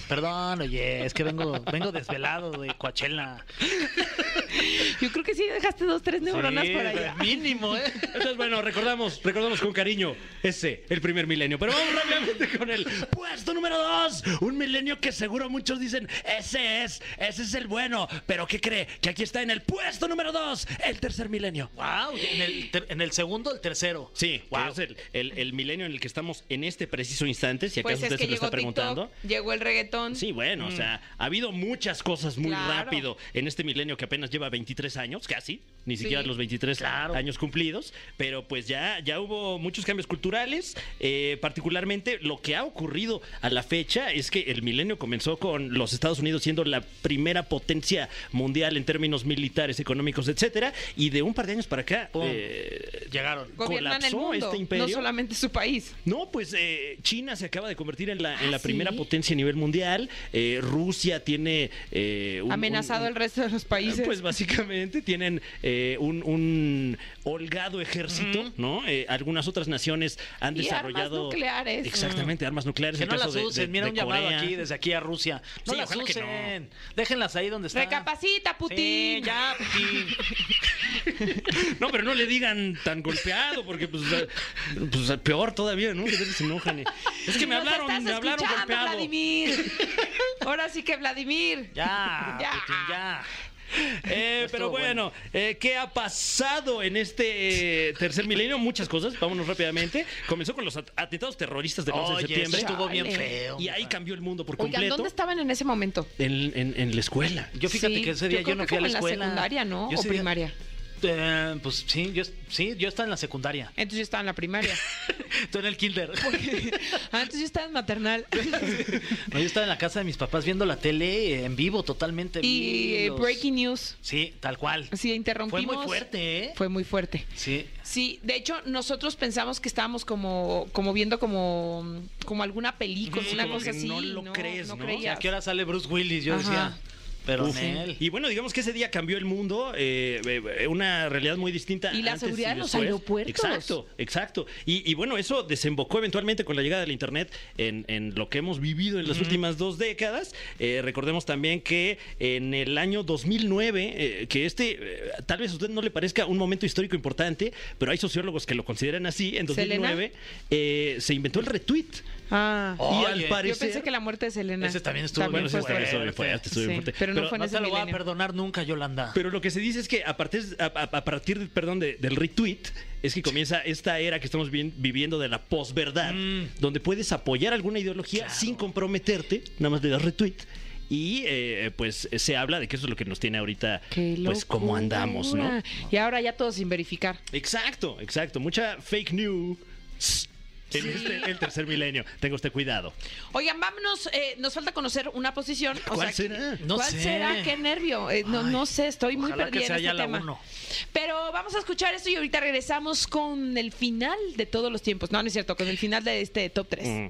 Speaker 1: Perdón, oye, es que vengo, vengo desvelado de Coachella.
Speaker 2: Yo creo que sí dejaste dos, tres neuronas
Speaker 1: Sí,
Speaker 2: por allá.
Speaker 1: Mínimo, ¿eh?
Speaker 3: Entonces, bueno, recordamos, recordamos con cariño ese, el primer milenio. Pero vamos rápidamente con el puesto número dos. Un milenio que seguro muchos dicen, ese es, ese es el bueno. Pero ¿qué cree? Que aquí está en el puesto número dos, el tercer milenio.
Speaker 1: Wow, en el, ter- en el segundo, el tercero.
Speaker 3: Sí, que
Speaker 1: wow.
Speaker 3: es el, el- el milenio en el que estamos en este preciso instante, si acaso
Speaker 2: Pues
Speaker 3: usted
Speaker 2: es que
Speaker 3: se lo
Speaker 2: llegó
Speaker 3: está preguntando.
Speaker 2: TikTok, llegó el reggaetón.
Speaker 3: Sí, bueno, o sea, ha habido muchas cosas muy
Speaker 2: Claro.
Speaker 3: rápido en este milenio que apenas lleva 23 años, casi, ni siquiera los 23
Speaker 1: Claro.
Speaker 3: años cumplidos, pero pues ya, ya hubo muchos cambios culturales, eh, particularmente lo que ha ocurrido a la fecha es que el milenio comenzó con los Estados Unidos siendo la primera potencia mundial en términos militares, económicos, etcétera, y de un par de años para acá...
Speaker 1: Pum.
Speaker 3: eh,
Speaker 1: Llegaron.
Speaker 2: Gobiernan el
Speaker 3: colapsó
Speaker 2: mundo,
Speaker 3: este imperio.
Speaker 2: no solamente su país.
Speaker 3: no, pues eh, China se acaba de convertir en la, en la
Speaker 2: Ah, ¿sí?
Speaker 3: primera potencia a nivel mundial. Eh, Rusia tiene... eh, un-
Speaker 2: Amenazado
Speaker 3: un-
Speaker 2: el resto de los países.
Speaker 3: Pues básicamente tienen eh, un, un holgado ejército, ¿no? Eh, algunas otras naciones han
Speaker 2: Y armas
Speaker 3: desarrollado...
Speaker 2: nucleares.
Speaker 3: Exactamente, armas nucleares.
Speaker 1: Que
Speaker 3: el
Speaker 1: no
Speaker 3: caso
Speaker 1: las
Speaker 3: de- de-
Speaker 1: usen. Mira
Speaker 3: de
Speaker 1: un llamado
Speaker 3: Corea.
Speaker 1: aquí, desde aquí a Rusia. No
Speaker 3: Sí,
Speaker 1: las
Speaker 3: ojalá que no.
Speaker 1: usen. Déjenlas ahí donde están.
Speaker 2: Recapacita, Putin.
Speaker 1: Sí, ya, Putin.
Speaker 3: No, pero no le digan tan golpeado, porque pues, eh, pues, peor todavía, ¿no? Que se enojan. eh. Es que me
Speaker 2: Nos
Speaker 3: hablaron,
Speaker 2: estás
Speaker 3: me hablaron
Speaker 2: escuchando,
Speaker 3: golpeado.
Speaker 2: Vladimir. Ahora sí que Vladimir.
Speaker 1: Ya,
Speaker 2: Ya.
Speaker 1: Putin, ya.
Speaker 3: Eh,
Speaker 1: Estuvo
Speaker 3: pero bueno,
Speaker 1: bueno.
Speaker 3: eh, ¿qué ha pasado en este eh, tercer milenio? Muchas cosas, vámonos rápidamente. Comenzó con los at- atentados terroristas del 11 de
Speaker 1: Oye,
Speaker 3: septiembre.
Speaker 1: eso estuvo bien
Speaker 2: Chale.
Speaker 1: feo.
Speaker 3: Y ahí cambió el mundo por
Speaker 2: Oigan,
Speaker 3: completo.
Speaker 2: ¿dónde estaban en ese momento?
Speaker 3: en, en- en la escuela.
Speaker 1: Yo fíjate
Speaker 2: Sí,
Speaker 1: que ese día
Speaker 2: yo
Speaker 1: yo,
Speaker 2: creo
Speaker 1: no
Speaker 2: que
Speaker 1: fui a la
Speaker 2: como en la
Speaker 1: escuela.
Speaker 2: secundaria, ¿no?
Speaker 1: Yo
Speaker 2: ¿O
Speaker 1: ese día-
Speaker 2: primaria?
Speaker 1: Eh, pues sí, yo, sí, yo estaba en la secundaria.
Speaker 2: Entonces yo estaba en la primaria.
Speaker 1: Tú en el kinder.
Speaker 2: Ah, entonces yo estaba en maternal.
Speaker 1: No, yo estaba en la casa de mis papás viendo la tele eh, en vivo, totalmente. en
Speaker 2: y eh,
Speaker 1: vivo, los-
Speaker 2: breaking news.
Speaker 1: Sí, tal cual.
Speaker 2: Sí,
Speaker 1: Fue
Speaker 2: interrumpimos.
Speaker 1: muy fuerte, ¿eh?
Speaker 2: Fue muy fuerte.
Speaker 1: Sí.
Speaker 2: Sí, de hecho, nosotros pensamos que estábamos como, como viendo como, como alguna película,
Speaker 3: Sí,
Speaker 2: una
Speaker 3: como
Speaker 2: cosa
Speaker 3: que
Speaker 2: así.
Speaker 3: no lo crees, ¿no?
Speaker 1: ¿Y
Speaker 2: creías.
Speaker 1: ¿A qué hora sale Bruce Willis? Yo
Speaker 2: Ajá.
Speaker 1: decía, pero
Speaker 3: Uf.
Speaker 1: en él.
Speaker 3: Y bueno, digamos que ese día cambió el mundo, eh, eh, una realidad muy distinta.
Speaker 2: Y la
Speaker 3: antes
Speaker 2: seguridad de los
Speaker 3: después.
Speaker 2: aeropuertos.
Speaker 3: Exacto, exacto. Y, y bueno, eso desembocó eventualmente con la llegada del Internet en, en lo que hemos vivido en las últimas dos décadas. Eh, recordemos también que en el año 2009, eh, que este, eh, tal vez a usted no le parezca un momento histórico importante, pero hay sociólogos que lo consideran así. En
Speaker 2: ¿Selena?
Speaker 3: 2009 eh, se inventó el retweet.
Speaker 2: Ah,
Speaker 3: y
Speaker 1: Oye,
Speaker 3: al
Speaker 1: yo
Speaker 3: parecer...
Speaker 2: yo pensé que la muerte de Selena.
Speaker 1: Ese también estuvo
Speaker 3: Bueno, sí,
Speaker 2: fue
Speaker 3: está
Speaker 2: fuerte.
Speaker 3: bien, estuvo bien fuerte, estuvo bien
Speaker 2: Sí,
Speaker 3: fuerte.
Speaker 2: pero no fue en
Speaker 1: No
Speaker 2: ese
Speaker 1: te lo voy a
Speaker 2: milenio.
Speaker 1: perdonar nunca, Yolanda.
Speaker 3: Pero lo que se dice es que a partir, a, a- a partir perdón, de- del retweet es que comienza esta era que estamos vi- viviendo de la posverdad, donde puedes apoyar alguna ideología sin comprometerte, nada más le das retweet. Y eh, pues se habla de que eso es lo que nos tiene ahorita,
Speaker 2: Qué
Speaker 3: pues como
Speaker 2: locura.
Speaker 3: andamos, ¿no?
Speaker 2: Y ahora ya todo sin verificar.
Speaker 3: Exacto, exacto. Mucha fake news en
Speaker 2: Sí.
Speaker 3: este, el tercer milenio. Tenga usted cuidado.
Speaker 2: Oigan, vámonos. eh, nos falta conocer una posición. O
Speaker 3: ¿Cuál
Speaker 2: sea,
Speaker 3: será?
Speaker 1: No
Speaker 2: ¿Cuál
Speaker 1: sé.
Speaker 2: será? Qué nervio. Eh, no,
Speaker 1: Ay,
Speaker 2: no sé, estoy muy
Speaker 1: ojalá
Speaker 2: perdida
Speaker 1: que sea
Speaker 2: en
Speaker 1: ya
Speaker 2: este
Speaker 1: la
Speaker 2: tema.
Speaker 1: uno.
Speaker 2: Pero vamos a escuchar esto y ahorita regresamos con el final de todos los tiempos. No, no es cierto, con el final de este top 3.
Speaker 3: Mm.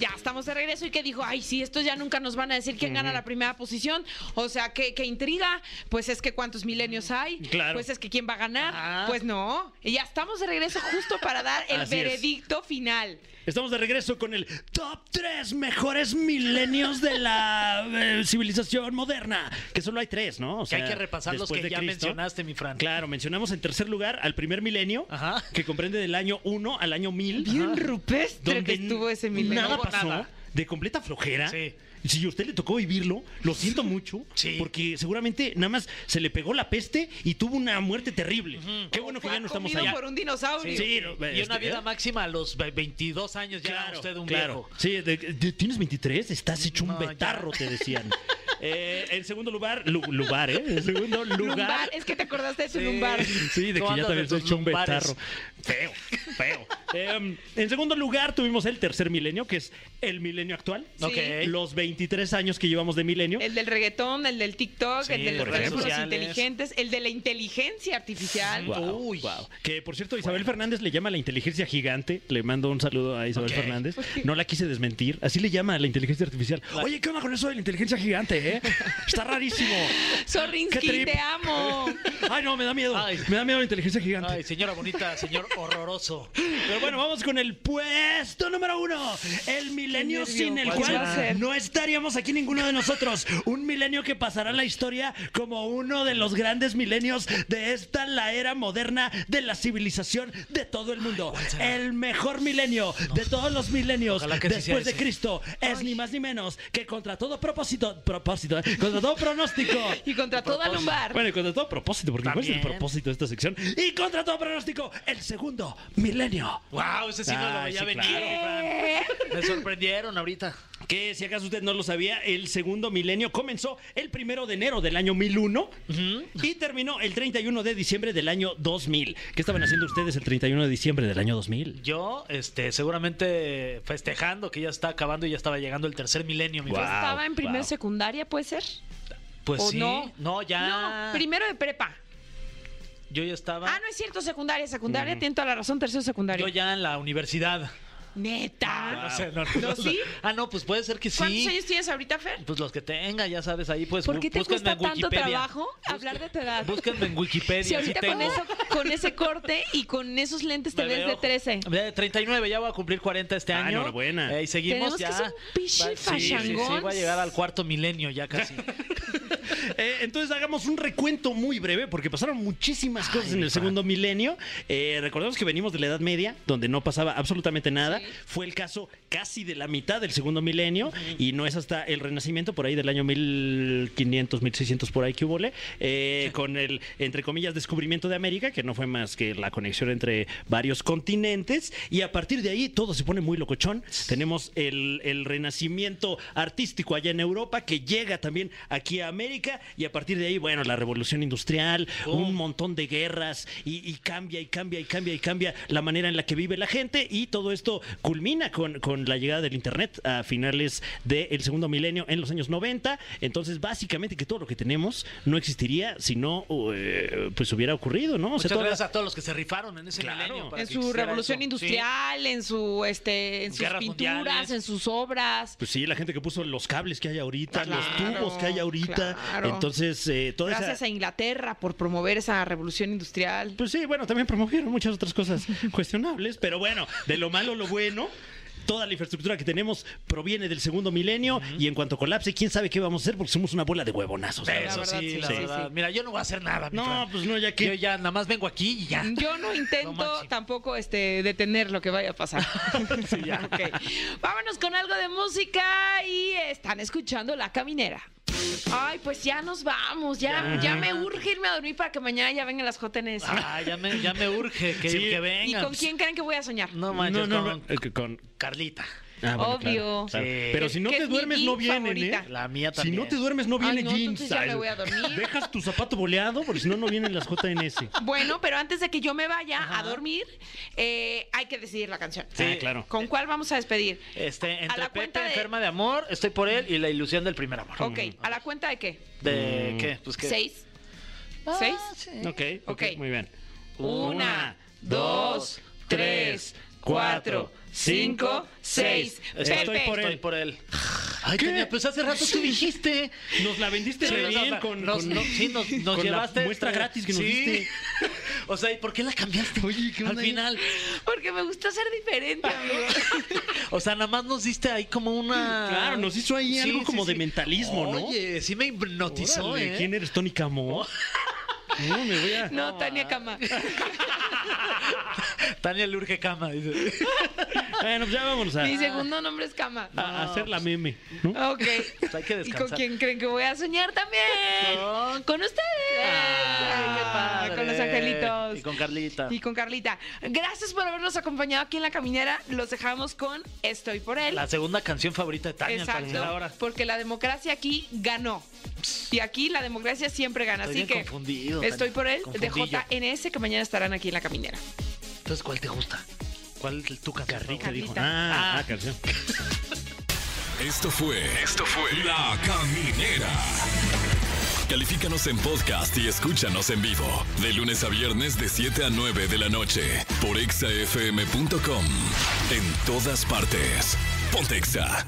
Speaker 2: Ya estamos de regreso y que dijo, ay, sí, estos ya nunca nos van a decir quién gana la primera posición. O sea, qué, qué intriga. Pues es que cuántos milenios hay.
Speaker 3: Claro.
Speaker 2: Pues es que quién va a ganar.
Speaker 1: Ajá.
Speaker 2: Pues no. Y ya estamos de regreso justo para dar el
Speaker 3: Así es.
Speaker 2: veredicto final.
Speaker 3: Estamos de regreso con el top 3 mejores milenios de la eh, civilización moderna. Que solo hay tres, ¿no? O
Speaker 1: que hay que repasar los
Speaker 3: después
Speaker 1: que
Speaker 3: de
Speaker 1: ya
Speaker 3: Cristo.
Speaker 1: mencionaste, mi Fran.
Speaker 3: Claro, mencionamos en tercer lugar al primer milenio,
Speaker 1: Ajá.
Speaker 3: que comprende del año 1 al año 1000.
Speaker 2: Bien
Speaker 3: Ajá.
Speaker 2: rupestre
Speaker 3: donde
Speaker 2: que estuvo ese milenio.
Speaker 3: Nada
Speaker 2: No hubo
Speaker 3: pasó.
Speaker 2: nada.
Speaker 3: De completa flojera.
Speaker 1: Sí.
Speaker 3: Si a usted le tocó vivirlo, lo siento mucho.
Speaker 1: Sí.
Speaker 3: Porque seguramente nada más se le pegó la peste y tuvo una muerte terrible. Qué bueno que ya no estamos
Speaker 2: Comido
Speaker 3: allá.
Speaker 2: por un dinosaurio.
Speaker 3: Sí, sí, no,
Speaker 1: Y
Speaker 3: este,
Speaker 1: una vida
Speaker 3: ¿eh?
Speaker 1: máxima a los ve- 22 años ya era
Speaker 3: Claro,
Speaker 1: usted un
Speaker 3: claro.
Speaker 1: viejo.
Speaker 3: Sí, de- de- tienes 23, estás hecho un
Speaker 1: No, ya.
Speaker 3: betarro, te decían. Eh, en segundo lugar, lu- lugar, ¿eh? En segundo lugar,
Speaker 2: Lumbar, es que te acordaste de su lumbar.
Speaker 3: Sí, de
Speaker 1: ¿Cómo
Speaker 3: que ya
Speaker 1: andas de
Speaker 3: también soy
Speaker 1: tus
Speaker 3: un
Speaker 1: lumbares?
Speaker 3: betarro. Feo, feo. Em, en segundo lugar, tuvimos el tercer milenio, que es el milenio actual.
Speaker 2: Sí.
Speaker 1: Ok.
Speaker 3: Los 23 años que llevamos de milenio.
Speaker 2: El del reggaetón, el del TikTok,
Speaker 1: Sí,
Speaker 2: el de las
Speaker 1: por
Speaker 2: redes
Speaker 3: ejemplo.
Speaker 2: sociales
Speaker 1: sociales.
Speaker 2: inteligentes, el de la inteligencia artificial.
Speaker 3: Guau,
Speaker 1: Uy.
Speaker 3: guau. Que por cierto, Isabel Fernández le llama a la inteligencia gigante. Le mando un saludo a Isabel
Speaker 1: Ok.
Speaker 3: Fernández. No la quise desmentir. Así le llama a la inteligencia artificial. Oye, ¿qué onda con eso de la inteligencia gigante, eh? Está rarísimo. Qué
Speaker 2: Sorrinsky,
Speaker 3: trip.
Speaker 2: te amo.
Speaker 3: Ay, no, me da miedo.
Speaker 1: Ay.
Speaker 3: Me da miedo la inteligencia gigante.
Speaker 1: Ay, señora bonita, señor horroroso.
Speaker 3: Pero bueno, vamos con el puesto número uno. El milenio
Speaker 2: nervio.
Speaker 3: sin el
Speaker 2: ¿Cuál va a
Speaker 3: cual
Speaker 2: ser?
Speaker 3: no estaríamos aquí ninguno de nosotros. Un milenio que pasará a la historia como uno de los grandes milenios de esta la era moderna de la civilización de todo el mundo.
Speaker 1: será?
Speaker 3: El mejor milenio de todos los milenios
Speaker 1: Ojalá que sí sea
Speaker 3: después de
Speaker 1: ese.
Speaker 3: Cristo es ni más ni menos que contra todo propósito, propósito, eh, contra todo pronóstico.
Speaker 2: Y contra toda
Speaker 1: propósito.
Speaker 2: lumbar.
Speaker 3: Bueno, y contra todo propósito, porque ¿cuál es el
Speaker 1: También.
Speaker 3: propósito de esta sección? Y contra todo pronóstico, el segundo milenio.
Speaker 1: Wow, ese sí no lo
Speaker 3: Ay,
Speaker 1: veía
Speaker 3: sí,
Speaker 1: venir,
Speaker 3: claro.
Speaker 1: mi Fran.
Speaker 2: ¿Eh?
Speaker 1: Me sorprendieron ahorita.
Speaker 3: Que si acaso usted no lo sabía, el segundo milenio comenzó el primero de enero del año 1001 y terminó el 31 de diciembre del año 2000. ¿Qué estaban haciendo ustedes el 31 de diciembre del año 2000?
Speaker 1: Yo, este, seguramente festejando que ya está acabando y ya estaba llegando el tercer milenio, mi
Speaker 3: Guau.
Speaker 1: Fran.
Speaker 2: Estaba en primero
Speaker 3: wow.
Speaker 2: secundaria, ¿puede ser?
Speaker 1: Pues
Speaker 2: ¿O
Speaker 1: sí.
Speaker 2: no?
Speaker 1: ya.
Speaker 2: No, primero de prepa.
Speaker 1: Yo ya estaba.
Speaker 2: Ah, no es cierto, secundaria, secundaria, tiene toda la razón, tercero secundaria.
Speaker 1: Yo ya en la universidad. Ah,
Speaker 2: Neta.
Speaker 1: No sé, no, no,
Speaker 2: Ah. ¿No,
Speaker 1: no.
Speaker 2: sí?
Speaker 1: Ah, no, pues puede ser que sí.
Speaker 2: ¿Cuántos años tienes ahorita, Fer?
Speaker 1: Pues los que tenga, ya sabes, ahí pues
Speaker 2: ¿Por
Speaker 1: bú-
Speaker 2: qué te
Speaker 1: búsquenme
Speaker 2: cuesta
Speaker 1: en
Speaker 2: tanto
Speaker 1: Wikipedia.
Speaker 2: trabajo hablar de tu edad?
Speaker 1: Búsquenme en Wikipedia.
Speaker 2: Si ahorita
Speaker 1: sí
Speaker 2: con,
Speaker 1: tengo.
Speaker 2: eso, con ese corte y con esos lentes te
Speaker 1: Me
Speaker 2: ves de
Speaker 1: veo-
Speaker 2: 13.
Speaker 1: De 39, ya voy a cumplir 40 este
Speaker 3: Ah,
Speaker 1: año.
Speaker 3: enhorabuena.
Speaker 1: Eh, y seguimos
Speaker 2: Tenemos que
Speaker 1: ya.
Speaker 2: ser un pinche
Speaker 1: Va- sí, sí, sí,
Speaker 2: fachangón.
Speaker 1: voy a llegar al cuarto milenio ya casi.
Speaker 3: Eh, entonces hagamos un recuento muy breve porque pasaron muchísimas cosas en el segundo milenio. Eh, recordemos que venimos de la Edad Media, donde no pasaba absolutamente nada. Fue el caso casi de la mitad del segundo milenio y no es hasta el Renacimiento, por ahí del año 1500, 1600, por ahí que hubo, eh, con el, entre comillas, descubrimiento de América, que no fue más que la conexión entre varios continentes. Y a partir de ahí todo se pone muy locochón. Tenemos el, el renacimiento artístico allá en Europa que llega también aquí a América y a partir de ahí, bueno, la revolución industrial, un montón de guerras y, y cambia y cambia y cambia y cambia la manera en la que vive la gente y todo esto culmina con, con la llegada del Internet a finales del segundo milenio en los años 90. Entonces, básicamente que todo lo que tenemos no existiría si no eh, pues hubiera ocurrido, ¿no? O sea,
Speaker 1: Muchas
Speaker 3: toda-
Speaker 1: gracias a todos los que se rifaron en ese
Speaker 3: Claro.
Speaker 1: milenio. para
Speaker 2: En
Speaker 1: que
Speaker 2: su
Speaker 1: existiera
Speaker 2: revolución
Speaker 1: eso.
Speaker 2: industrial, en su este, en sus
Speaker 1: Guerras
Speaker 2: pinturas,
Speaker 1: mundiales.
Speaker 2: en sus obras.
Speaker 3: Pues sí, la gente que puso los cables que hay ahorita,
Speaker 2: Claro,
Speaker 3: los tubos que hay ahorita.
Speaker 2: claro.
Speaker 3: Entonces, eh, toda esa-
Speaker 2: Gracias a Inglaterra por promover esa revolución industrial.
Speaker 3: Pues sí, bueno, también promovieron muchas otras cosas cuestionables, pero bueno, de lo malo lo bueno. Toda la infraestructura que tenemos proviene del segundo milenio y en cuanto colapse, quién sabe qué vamos a hacer porque somos una bola de huevonazos. la
Speaker 1: Eso
Speaker 3: verdad.
Speaker 2: verdad,
Speaker 1: sí,
Speaker 2: sí,
Speaker 1: la
Speaker 2: sí,
Speaker 1: verdad.
Speaker 2: sí.
Speaker 1: Mira, yo no voy a hacer nada. mi
Speaker 3: No,
Speaker 1: Fran.
Speaker 3: pues no, ya que...
Speaker 1: Yo ya nada más vengo aquí y ya.
Speaker 2: Yo no intento
Speaker 1: manches.
Speaker 2: tampoco este detener lo que vaya a pasar. Ok. Vámonos con algo de música y están escuchando La Caminera. Ay, pues ya nos vamos. Ya, ya me urge irme a dormir para que mañana ya vengan las JNS.
Speaker 1: Ah, ya me, ya me urge que,
Speaker 3: Sí.
Speaker 1: que
Speaker 2: ¿Y
Speaker 1: vengan.
Speaker 2: con quién creen que voy a soñar?
Speaker 1: No manches,
Speaker 3: no, no,
Speaker 1: con
Speaker 3: eh, que con-
Speaker 1: Carlita.
Speaker 3: Ah, bueno,
Speaker 2: Obvio.
Speaker 3: claro, claro.
Speaker 1: Sí.
Speaker 3: Pero si no
Speaker 2: Que
Speaker 3: te
Speaker 2: es mi
Speaker 3: duermes,
Speaker 2: jean
Speaker 3: no vienen,
Speaker 2: favorita.
Speaker 3: ¿eh?
Speaker 1: La mía
Speaker 3: Si
Speaker 1: también.
Speaker 3: no te duermes, no viene
Speaker 2: Ay, no,
Speaker 3: jeans.
Speaker 2: entonces ya
Speaker 3: Ay,
Speaker 2: me voy a dormir.
Speaker 3: Dejas tu zapato boleado porque si no, no vienen las JNS.
Speaker 2: Bueno, pero antes de que yo me vaya a dormir, eh, hay que decidir la canción.
Speaker 3: Sí, Ah, claro.
Speaker 2: ¿Con cuál vamos a despedir?
Speaker 1: Este,
Speaker 2: la
Speaker 1: entre Pepe,
Speaker 2: cuenta de-
Speaker 1: enferma de amor, estoy por él y la ilusión del primer amor.
Speaker 2: Ok,
Speaker 3: Mm.
Speaker 2: ¿a la cuenta de qué?
Speaker 1: ¿De qué? Pues qué.
Speaker 2: ¿Seis? ¿Seis?
Speaker 3: Ok, ok,
Speaker 2: Ok.
Speaker 3: muy bien.
Speaker 2: Una, dos, tres, cuatro, cinco, seis.
Speaker 3: Estoy
Speaker 2: Pepe.
Speaker 3: por él.
Speaker 1: Estoy por él. Ay,
Speaker 3: ¿Qué?
Speaker 1: Tania, pues hace rato tú dijiste.
Speaker 3: Nos la vendiste
Speaker 1: Sí,
Speaker 3: re
Speaker 1: nos-
Speaker 3: bien
Speaker 1: nos-
Speaker 3: con,
Speaker 1: nos-
Speaker 3: con-
Speaker 1: no- sí, nos, nos
Speaker 3: con la
Speaker 1: llevaste
Speaker 3: muestra
Speaker 1: este-
Speaker 3: gratis que nos
Speaker 1: sí.
Speaker 3: diste.
Speaker 1: O sea, ¿y por qué la cambiaste?
Speaker 3: Oye, ¿qué
Speaker 1: Al
Speaker 3: onda ahí?
Speaker 1: final,
Speaker 2: Porque me gusta ser diferente, amigo.
Speaker 1: o sea, nada más nos diste ahí como una.
Speaker 3: Claro, nos hizo ahí
Speaker 1: Sí,
Speaker 3: algo
Speaker 1: sí,
Speaker 3: como
Speaker 1: sí.
Speaker 3: de mentalismo, ¿no?
Speaker 1: Oye, sí me hipnotizó,
Speaker 3: Órale,
Speaker 1: ¿eh?
Speaker 3: ¿Quién eres, Tony Camo? No, me voy a...
Speaker 2: No,
Speaker 1: ah.
Speaker 2: Tania Cama.
Speaker 1: Tania le urge cama, dice.
Speaker 3: Bueno, pues ya vámonos a,
Speaker 2: Mi segundo nombre es Cama.
Speaker 3: a- a hacer la meme, ¿no?
Speaker 2: Ok.
Speaker 1: Ah. Pues hay que
Speaker 2: ¿Y con
Speaker 1: descansar.
Speaker 2: quién creen que voy a soñar también?
Speaker 1: Con-
Speaker 2: Con ustedes.
Speaker 1: Ah,
Speaker 2: Ay, qué padre. Con los angelitos.
Speaker 1: Y con Carlita.
Speaker 2: Y con Carlita. Gracias por habernos acompañado aquí en La Caminera. Los dejamos con Estoy por él.
Speaker 1: La segunda canción favorita de Tania. al parecer,
Speaker 2: Exacto.
Speaker 1: ahora.
Speaker 2: Porque la democracia aquí ganó. Y aquí la democracia siempre gana.
Speaker 1: Estoy
Speaker 2: así
Speaker 1: bien
Speaker 2: que
Speaker 1: confundido, Tania.
Speaker 2: estoy por él de
Speaker 1: Confundillo.
Speaker 2: JNS que mañana estarán aquí en La Caminera.
Speaker 1: Entonces, ¿cuál te gusta? ¿Cuál es tu canción?
Speaker 3: Carlita dijo,
Speaker 2: Carlita.
Speaker 3: ah, ah, canción.
Speaker 6: Esto fue. Esto fue. La Caminera. Califícanos en podcast y escúchanos en vivo. De lunes a viernes, de 7 a 9 de la noche. Por exafm.com. En todas partes. Pontexa.